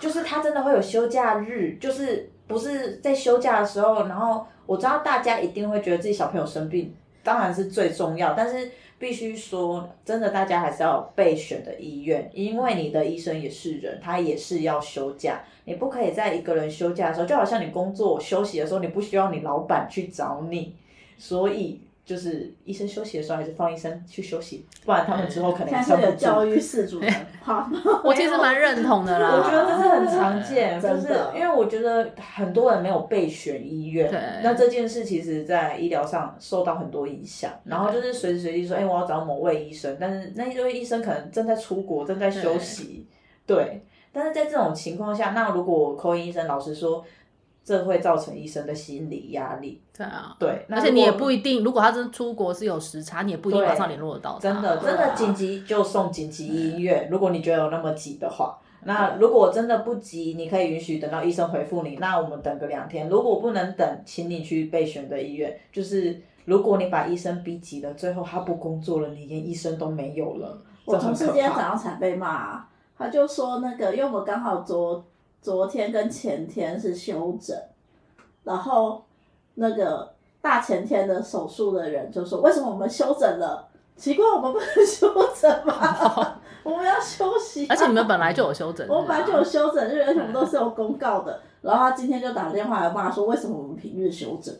Speaker 2: 就是他真的会有休假日，就是不是在休假的时候，然后我知道大家一定会觉得自己小朋友生病，当然是最重要，但是必须说，真的大家还是要有备选的医院，因为你的医生也是人，他也是要休假，你不可以在一个人休假的时候，就好像你工作休息的时候，你不需要你老板去找你，所以。就是医生休息的时候，还是放医生去休息，不然他们之后可能
Speaker 3: 现在
Speaker 2: 上
Speaker 3: 是
Speaker 2: 哎不
Speaker 3: 有
Speaker 2: 住
Speaker 3: 教育事主的话 吗？
Speaker 1: 我其实蛮认同的啦，
Speaker 2: 我觉得这是很常见，就
Speaker 3: 啊真
Speaker 2: 是
Speaker 3: 的
Speaker 2: 因为我觉得很多人没有备选医院
Speaker 1: 对，
Speaker 2: 那这件事其实在医疗上受到很多影响，然后就是随时随地说，哎、我要找某位医生，但是那一位医生可能正在出国，正在休息，对。但是在这种情况下，那如果口音医生老实说，这会造成医生的心理压力。
Speaker 1: 对啊，
Speaker 2: 对，那
Speaker 1: 而且你也
Speaker 2: 如果
Speaker 1: 不一定，如果他真出国是有时差，你也不一定
Speaker 2: 对
Speaker 1: 马上联络得到他。
Speaker 2: 真的，真
Speaker 3: 对
Speaker 2: 的
Speaker 3: 啊
Speaker 2: 紧急就送紧急医
Speaker 3: 嗯
Speaker 2: 院。如果你觉得有那么急的话，那如果真的不急，你可以允许等到医生回复你。那我们等个两天，如果不能等，请你去备选的医院。就是如果你把医生逼急了，最后他不工作了，你连医生都没有了，
Speaker 3: 我
Speaker 2: 这
Speaker 3: 同
Speaker 2: 很
Speaker 3: 事
Speaker 2: 可
Speaker 3: 今天早
Speaker 2: 怕。
Speaker 3: 上才被骂、啊他就说那个，因为我刚好昨昨天跟前天是休整，然后那个大前天的手术的人就说，为什么我们休整了？奇怪，我们不能休整吗？ 我们要休息啊、
Speaker 1: 而且你们本来就有休整日啊，
Speaker 3: 我们本来就有休整日，而且我们都是有公告的。然后他今天就打电话来骂说，为什么我们平日休整？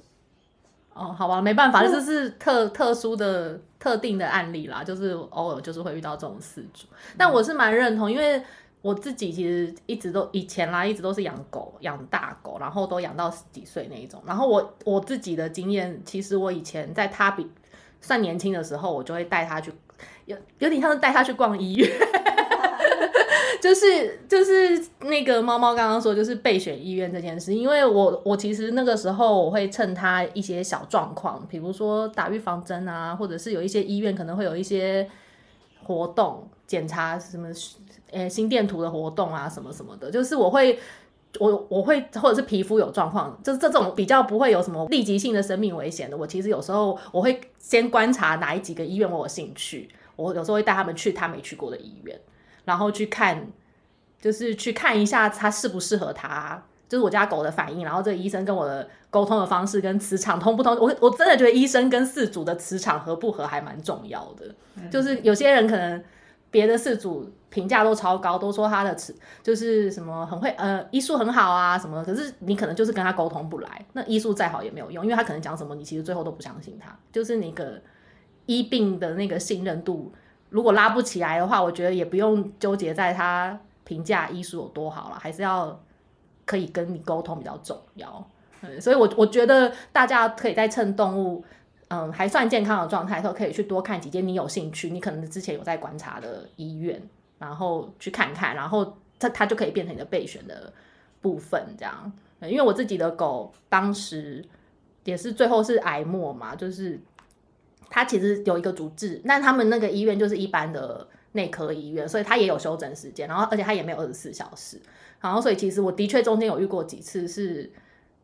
Speaker 1: 哦，好吧，没办法，这是特特殊的、特定的案例啦，就是偶尔就是会遇到这种事主。但我是蛮认同，因为我自己其实一直都以前啦，一直都是养狗，养大狗，然后都养到十几岁那一种。然后我我自己的经验，其实我以前在它比算年轻的时候，我就会带它去，有有点像是带它去逛医院。就是就是那个猫猫刚刚说，就是备选医院这件事，因为我我其实那个时候我会趁它一些小状况，比如说打预防针啊，或者是有一些医院可能会有一些活动检查什么，呃，心电图的活动啊，什么什么的，就是我会。我我会或者是皮肤有状况，就是这种比较不会有什么立即性的生命危险的，我其实有时候我会先观察哪一几个医院我有兴趣，我有时候会带他们去他没去过的医院，然后去看就是去看一下它适不适合它，就是我家狗的反应，然后这个医生跟我的沟通的方式跟磁场通不通，我我真的觉得医生跟饲主的磁场合不合还蛮重要的，
Speaker 2: 嗯
Speaker 1: 就是有些人可能别的饲主评价都超高，都说他的磁就是什么很会呃医术很好啊什么的，可是你可能就是跟他沟通不来，那医术再好也没有用，因为他可能讲什么你其实最后都不相信他，就是那个医病的那个信任度如果拉不起来的话，我觉得也不用纠结在他评价医术有多好了，还是要可以跟你沟通比较重要。嗯，所以我我觉得大家可以在趁动物嗯还算健康的状态的时候，可以去多看几间你有兴趣、你可能之前有在观察的医院，然后去看看，然后它它就可以变成你的备选的部分，这样。嗯因为我自己的狗当时也是最后是癌末嘛，就是它其实有一个主治，但他们那个医院就是一般的内科医院，所以它也有休整时间，然后而且它也没有二十四小时，然后所以其实我的确中间有遇过几次是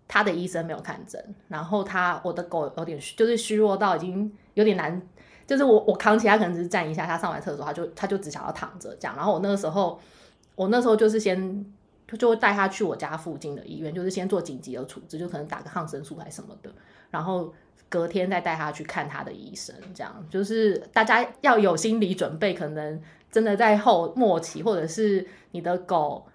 Speaker 1: 他的医生没有看诊，然后他我的狗有点虚就是虚弱到已经有点难，就是我我扛起它可能只是站一下，它上完厕所它就它就只想要躺着这样，然后我那个时候我那时候就是先。就就会带它去我家附近的医院，就是先做紧急的处置，就可能打个抗生素还是什么的，然后隔天再带他去看他的医生，这样就是大家要有心理准备，可能真的在后末期，或者是你的狗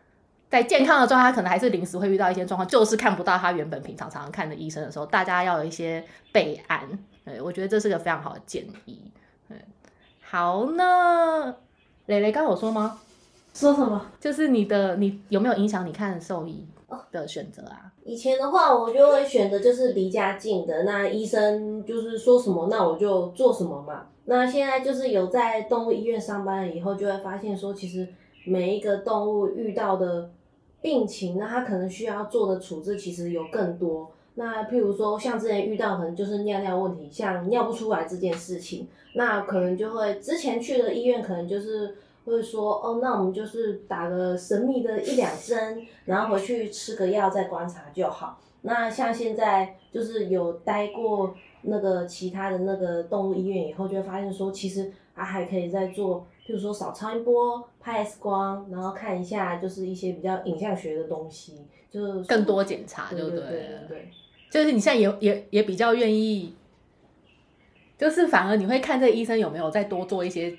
Speaker 1: 在健康的状态，它可能还是临时会遇到一些状况，就是看不到它原本平常常常看的医生的时候，大家要有一些备案。对，我觉得这是个非常好的建议。嗯，好，那蕾蕾刚有说吗？
Speaker 3: 说什么？
Speaker 1: 就是你的你有没有影响你看兽医的选择啊？
Speaker 4: 以前的话，我就会选择就是离家近的，那医生就是说什么，那我就做什么嘛。那现在就是有在动物医院上班了以后，就会发现说，其实每一个动物遇到的病情，那它可能需要做的处置其实有更多。那譬如说，像之前遇到可能就是尿尿问题，像尿不出来这件事情，那可能就会之前去的医院可能就是会说，哦，那我们就是打个神秘的一两针，然后回去吃个药再观察就好。那像现在就是有待过那个其他的那个动物医院以后，就会发现说，其实啊还可以再做，譬如说扫超音波、拍 X 光，然后看一下就是一些比较影像学的东西，哦就是
Speaker 1: 更多检查
Speaker 4: 对
Speaker 1: 就
Speaker 4: 对
Speaker 1: 了。
Speaker 4: 对对。
Speaker 1: 就是你现在也也也比较愿意，就是反而你会看这个医生有没有再多做一些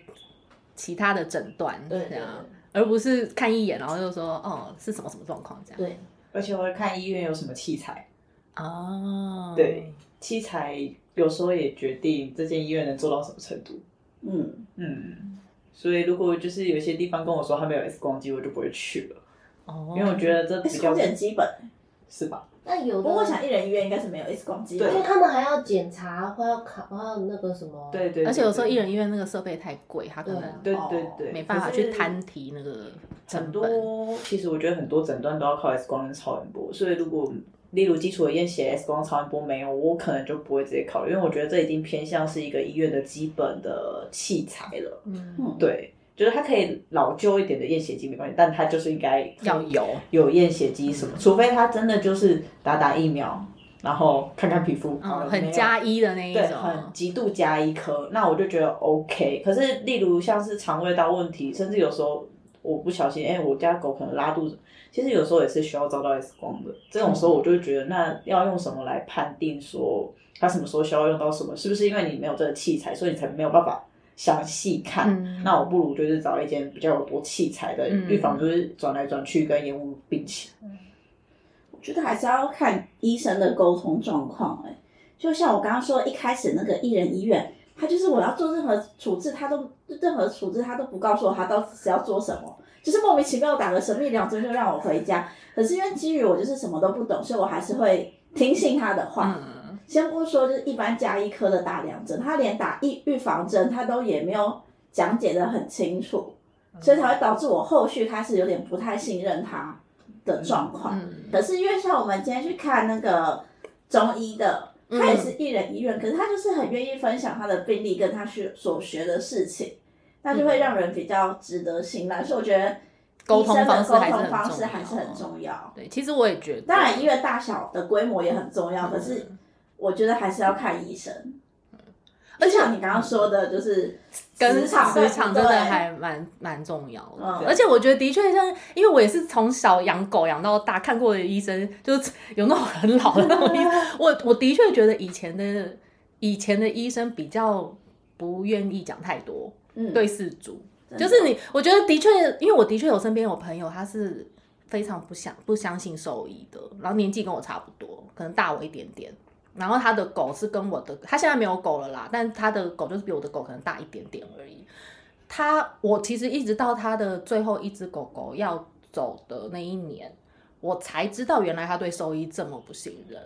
Speaker 1: 其他的诊断，
Speaker 4: 对对
Speaker 1: 这
Speaker 3: 啊
Speaker 1: 样，而不是看一眼然后就说哦是什么什么状况这样。
Speaker 3: 啊
Speaker 4: 对，
Speaker 2: 而且我会看医院有什么器材，
Speaker 1: 哦，
Speaker 2: 对，器材有时候也决定这间医院能做到什么程度。
Speaker 3: 嗯，
Speaker 2: 嗯，所以如果就是有一些地方跟我说他没有 X 光机，我就不会去了，
Speaker 1: 哦，
Speaker 2: 因为我觉得这比
Speaker 3: X
Speaker 2: 较
Speaker 3: 光很基本。
Speaker 2: 是吧？
Speaker 4: 那有
Speaker 3: 不
Speaker 4: 的
Speaker 3: 过我想一人医院应该是没有 X 光机的。
Speaker 4: 因为
Speaker 2: 对
Speaker 4: 他们还要检查，还要考，还要那个什么，
Speaker 2: 对对，
Speaker 1: 而且有时候一人
Speaker 2: 一，
Speaker 1: 医院那个设备太贵，他可
Speaker 4: 对啊
Speaker 1: 能
Speaker 2: 对对
Speaker 3: 哦
Speaker 2: 对，
Speaker 1: 没办法
Speaker 2: 可是
Speaker 1: 去摊提那个
Speaker 2: 很
Speaker 1: 成本。
Speaker 2: 多，其实我觉得很多诊断都要靠 X 光跟超音波，所以如果例如基础的验血、X 光、超音波没有，我可能就不会直接考虑，因为我觉得这已经偏向是一个医院的基本的器材了。
Speaker 1: 嗯，
Speaker 2: 对，就是它可以老旧一点的验血机没关系，但它就是应该
Speaker 1: 要有，
Speaker 2: 有验血机什么，除非它真的就是打打疫苗，然后看看皮肤，好
Speaker 1: 嗯，
Speaker 2: 了没
Speaker 1: 很
Speaker 2: 有
Speaker 1: 加一的那一
Speaker 2: 对，
Speaker 1: 种
Speaker 2: 很，极度加医科，那我就觉得 OK。可是例如像是肠胃道问题，甚至有时候我不小心，哎、我家狗可能拉肚子，其实有时候也是需要照到 X 光的。这种时候我就会觉得，那要用什么来判定说它什么时候需要用到什么？是不是因为你没有这个器材，所以你才没有办法详细看？
Speaker 1: 嗯
Speaker 2: 那我不如就是找一间比较有多器材的，
Speaker 1: 嗯
Speaker 2: 预防就是转来转去跟延误病情。
Speaker 3: 我觉得还是要看医生的沟通状况、哎，就像我刚刚说，一开始那个一人医院，他就是我要做任何处置，他都任何处置他都不告诉我他到底是要做什么，就是莫名其妙打个神秘两针就让我回家。可是因为基于我就是什么都不懂，所以我还是会听信他的话。
Speaker 1: 嗯，
Speaker 3: 先不说就是一般加医科的打两针，他连打预预防针他都也没有讲解的很清楚，所以才会导致我后续开始有点不太信任他的状况。
Speaker 1: 嗯
Speaker 3: 可是因为像我们今天去看那个中医的，
Speaker 1: 嗯
Speaker 3: 他也是一人医院，可是他就是很愿意分享他的病例跟他学所学的事情，那就会让人比较值得信赖。所以我觉得
Speaker 1: 沟
Speaker 3: 医生
Speaker 1: 通
Speaker 3: 的
Speaker 1: 方式
Speaker 3: 沟
Speaker 1: 还是
Speaker 3: 通
Speaker 1: 很
Speaker 3: 方
Speaker 1: 重
Speaker 3: 式还是
Speaker 1: 要
Speaker 3: 很重要。
Speaker 1: 对，其实我也觉得，
Speaker 3: 当然，医院大小的规模也很重
Speaker 1: 嗯
Speaker 3: 要，可是我觉得还是要看医生。
Speaker 1: 而且
Speaker 3: 就像你刚刚说的，就是
Speaker 1: 跟
Speaker 3: 职场
Speaker 1: 职场真的
Speaker 3: 对
Speaker 1: 还蛮蛮重要的，
Speaker 3: 嗯
Speaker 1: 而且我觉得的确像，因为我也是从小养狗养到大，看过的医生就是 有那种很老的那种医 生，我我的确觉得以前的以前的医生比较不愿意讲太多，
Speaker 3: 嗯，
Speaker 1: 对事主，
Speaker 3: 真
Speaker 1: 就
Speaker 3: 的，
Speaker 1: 是你，我觉得的确，因为我的确有身边有朋友，他是非常不相不相信兽医的，然后年纪跟我差不多，可能大我一点点。然后他的狗是跟我的，他现在没有狗了啦，但他的狗就是比我的狗可能大一点点而已。他我其实一直到他的最后一只狗狗要走的那一年，我才知道原来他对兽医这么不信任，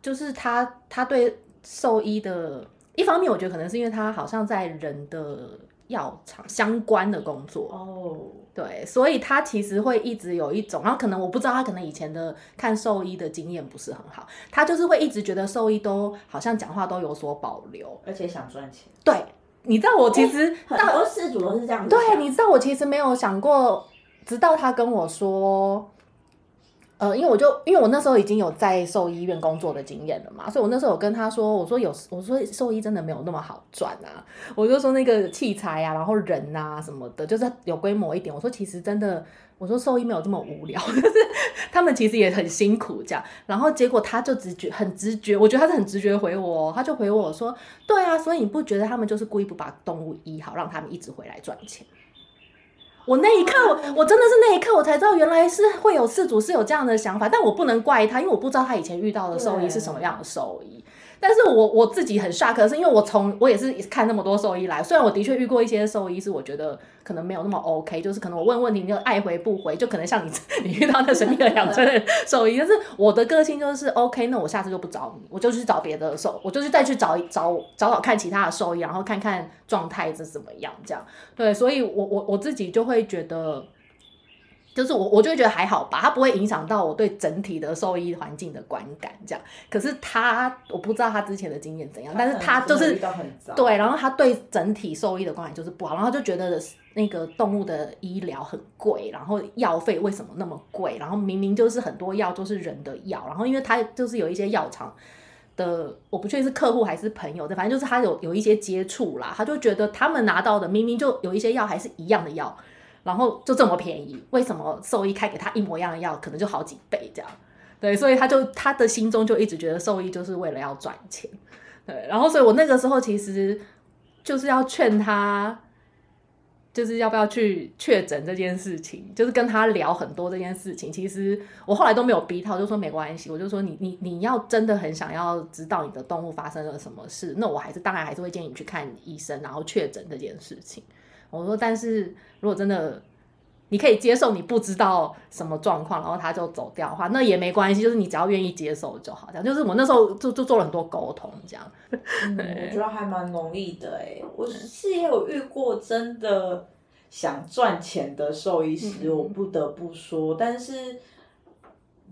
Speaker 1: 就是他他对兽医的一方面，我觉得可能是因为他好像在人的药厂相关的工作，
Speaker 2: 哦，
Speaker 1: 对，所以他其实会一直有一种，然后可能我不知道他可能以前的看兽医的经验不是很好，他就是会一直觉得兽医都好像讲话都有所保留。
Speaker 2: 而且想赚钱，
Speaker 1: 对，你知道我其实
Speaker 3: 很
Speaker 1: 到
Speaker 3: 多事主都是这样子想。
Speaker 1: 对，啊你知道我其实没有想过，直到他跟我说，呃，因为我就因为我那时候已经有在兽医院工作的经验了嘛，所以我那时候有跟他说，我说有，我说兽医真的没有那么好赚啊，我就说那个器材啊，然后人啊什么的，就是有规模一点。我说其实真的，我说兽医没有这么无聊， 就是他们其实也很辛苦这样。然后结果他就直觉很直觉，我觉得他是很直觉回我哦，他就回我说，对啊，所以你不觉得他们就是故意不把动物医好，让他们一直回来赚钱？我那一刻，我我真的是那一刻，我才知道原来是会有事主是有这样的想法，但我不能怪他，因为我不知道他以前遇到的兽医是什么样的兽医。但是我我自己很 shock，是因为我从我也是看那么多兽医来，虽然我的确遇过一些兽医是我觉得可能没有那么 OK，就是可能我问问题你就爱回不回，就可能像你 你遇到那神秘的养针的兽医，但是我的个性就是 OK，那我下次就不找你，我就去找别的兽，我就去再去找找找找看其他的兽医，然后看看状态是怎么样这样。对，所以我我我自己就会觉得。就是我，我就会觉得还好吧，它不会影响到我对整体的兽医环境的观感，这样。可是他，我不知道他之前的经验怎样，但是他就
Speaker 2: 真的
Speaker 1: 是
Speaker 2: 遇到很糟。
Speaker 1: 对，然后他对整体兽医的观感就是不好，然后他就觉得那个动物的医疗很贵，然后药费为什么那么贵？然后明明就是很多药都是人的药，然后因为他就是有一些药厂的，我不确定是客户还是朋友的，反正就是他有有一些接触啦，他就觉得他们拿到的明明就有一些药还是一样的药，然后就这么便宜，为什么兽医开给他一模一样的药，可能就好几倍这样？对，所以他就他的心中就一直觉得兽医就是为了要赚钱。对，然后所以我那个时候其实就是要劝他，就是要不要去确诊这件事情，就是跟他聊很多这件事情。其实我后来都没有逼他，我就说没关系，我就说你你你要真的很想要知道你的动物发生了什么事，那我还是当然还是会建议你去看医生，然后确诊这件事情。我说，但是如果真的。你可以接受你不知道什么状况，然后他就走掉的话，那也没关系，就是你只要愿意接受就好。这样就是我那时候就就做了很多沟通，这样。
Speaker 2: 嗯我觉得还蛮容易的哎、我是也有遇过真的想赚钱的兽医师，
Speaker 1: 嗯
Speaker 2: 我不得不说，但是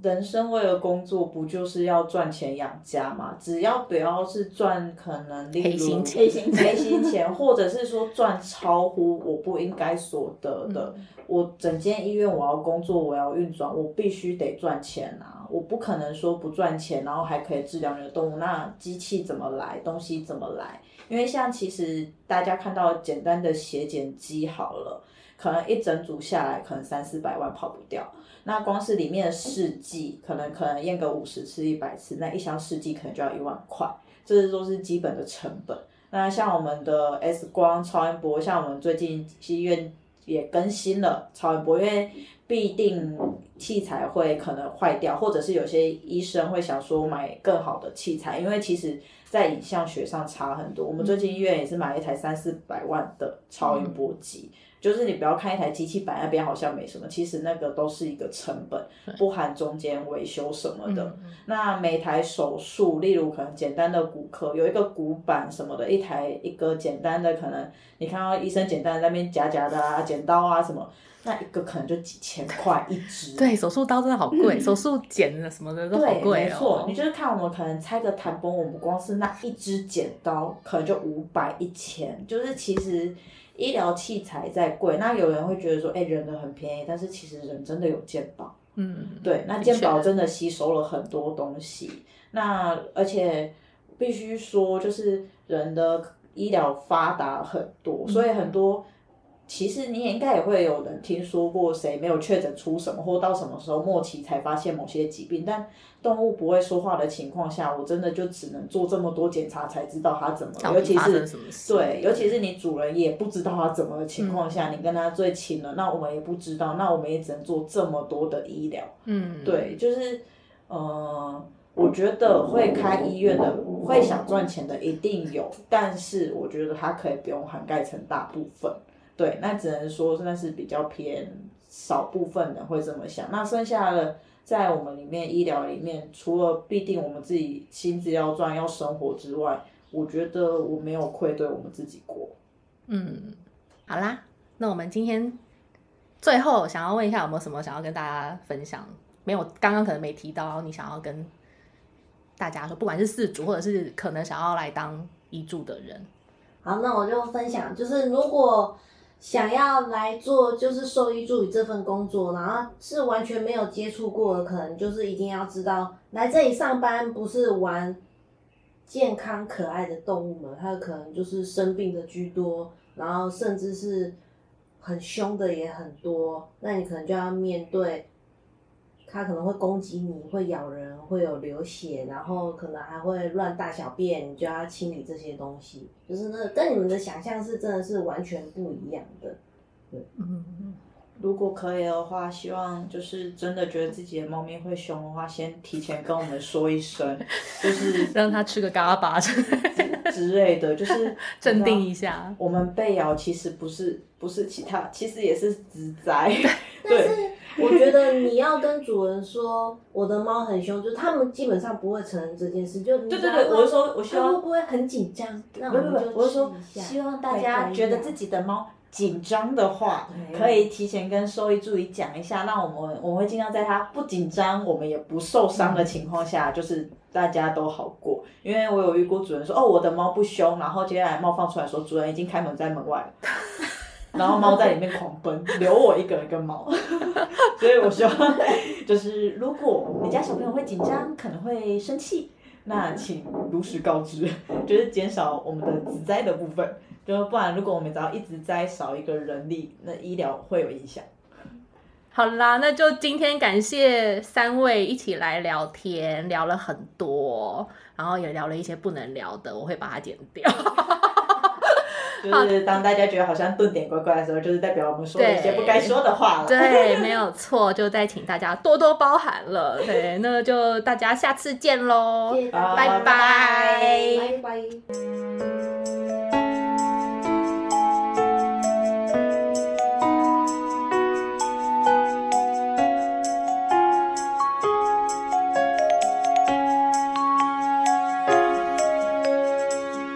Speaker 2: 人生为了工作，不就是要赚钱养家嘛？只要不要是赚可能例如
Speaker 1: 黑心钱
Speaker 3: 黑心
Speaker 2: 没
Speaker 3: 钱，
Speaker 2: 心钱，或者是说赚超乎我不应该所得
Speaker 1: 嗯
Speaker 2: 的。我整间医院我要工作，我要运转，我必须得赚钱啊！我不可能说不赚钱，然后还可以治疗你的动物。那机器怎么来？东西怎么来？因为像其实大家看到简单的血检机好了，可能一整组下来可能三四百万跑不掉。那光是里面的试剂，可能可能验个五十次、一百次，那一箱试剂可能就要一万块，这都是基本的成本。那像我们的 X 光、超音波，像我们最近医院也更新了超音波，因为必定器材会可能坏掉，或者是有些医生会想说买更好的器材，因为其实在影像学上差很多。我们最近医院也是买了一台三四百万的超音波机。就是你不要看一台机器摆那边好像没什么，其实那个都是一个成本，不含中间维修什么
Speaker 1: 嗯
Speaker 2: 的。那每台手术，例如可能简单的骨科有一个骨板什么的，一台一个简单的可能你看到医生简单的在那边夹夹的啊，剪刀啊什么，那一个可能就几千块一支。
Speaker 1: 对，手术刀真的好 贵，手术剪的什么的都好
Speaker 2: 对，
Speaker 1: 贵
Speaker 2: 没错
Speaker 1: 哦，。
Speaker 2: 你就是看我们可能拆个弹崩，我们光是那一支剪刀可能就五百一千，就是其实医疗器材再贵，那有人会觉得说，哎、人的很便宜，但是其实人真的有健保。
Speaker 1: 嗯，
Speaker 2: 对，那
Speaker 1: 的
Speaker 2: 健
Speaker 1: 确
Speaker 2: 保真的吸收了很多东西。那而且必须说，就是人的医疗发达很多，所以
Speaker 1: 嗯
Speaker 2: 很多其实你也应该也会有人听说过谁没有确诊出什么，或到什么时候末期才发现某些疾病。但动物不会说话的情况下，我真的就只能做这么多检查才知道它怎么了，
Speaker 1: 到
Speaker 2: 尤
Speaker 1: 底
Speaker 2: 其
Speaker 1: 发
Speaker 2: 是
Speaker 1: 生什么事？嗯
Speaker 2: 对，尤其是你主人也不知道他怎么的情况下，你跟他最亲了，那我们也不知道，那我们也只能做这么多的医疗。
Speaker 1: 嗯，
Speaker 2: 对，就是，呃，我觉得会开医院的，会想赚钱的一定有，但是我觉得它可以不用涵盖成大部分。对，那只能说那是比较偏少部分人会这么想。那剩下的在我们里面医疗里面，除了必定我们自己薪资要赚要生活之外，我觉得我没有愧对我们自己过。
Speaker 1: 嗯，好啦，那我们今天最后想要问一下，有没有什么想要跟大家分享？没有，刚刚可能没提到，你想要跟大家说，不管是四主或者是可能想要来当医助的人，
Speaker 4: 好，那我就分享，就是如果想要来做就是兽医助理这份工作，然后是完全没有接触过的，可能就是一定要知道，来这里上班不是玩健康可爱的动物们，还有可能就是生病的居多，然后甚至是很凶的也很多，那你可能就要面对。它可能会攻击你，会咬人，会有流血，然后可能还会乱大小便，你就要清理这些东西，就是那跟你们的想象是真的是完全不一样的。
Speaker 1: 嗯，
Speaker 2: 如果可以的话，希望就是真的觉得自己的猫咪会凶的话，先提前跟我们说一声，就是
Speaker 1: 让他吃个嘎巴
Speaker 2: 之类的，就是
Speaker 1: 镇定一。下。
Speaker 2: 我们被咬其实不是不是其他，其实也是植栽。
Speaker 4: 但
Speaker 2: 对，
Speaker 4: 是我觉得你要跟主人说我的猫很凶，就他们基本上不会承认这件事，就你
Speaker 2: 对
Speaker 4: 知
Speaker 2: 对
Speaker 4: 道
Speaker 2: 对，
Speaker 4: 吗
Speaker 2: 我是说，我希
Speaker 4: 他会
Speaker 2: 望
Speaker 4: 不会很紧张？那
Speaker 2: 不
Speaker 4: 我
Speaker 2: 不
Speaker 4: 们就
Speaker 2: 不，我是
Speaker 4: 试
Speaker 2: 说
Speaker 4: 一下
Speaker 2: 希望大家觉得自己的猫紧张的话，
Speaker 4: 对
Speaker 2: 可以提前跟兽医助理讲一下，那我们我们会尽量在它不紧张，我们也不受伤的情况下，就是大家都好过。因为我有遇过主人说，哦，我的猫不凶，然后接下来猫放出来说，主人已经开门在门外了。然后猫在里面狂奔，留我一个人跟猫， 所以我希望就是如果你家小朋友会紧张，可能会生气，那请如实告知，就是减少我们的植栽的部分，就不然如果我们只要一直栽少一个人力，那医疗会有影响。
Speaker 1: 好啦，那就今天感谢三位一起来聊天，聊了很多，然后也聊了一些不能聊的，我会把它剪掉。
Speaker 2: 就是当大家觉得好像顿点怪怪的时候，就是代表我们说了一些
Speaker 1: 对
Speaker 2: 不该说的话了。
Speaker 1: 对，没有错，就再请大家多多包涵了。对，那就大家下次见喽，
Speaker 2: 啊
Speaker 4: 谢谢大家
Speaker 2: 好
Speaker 1: 拜拜
Speaker 4: 拜拜。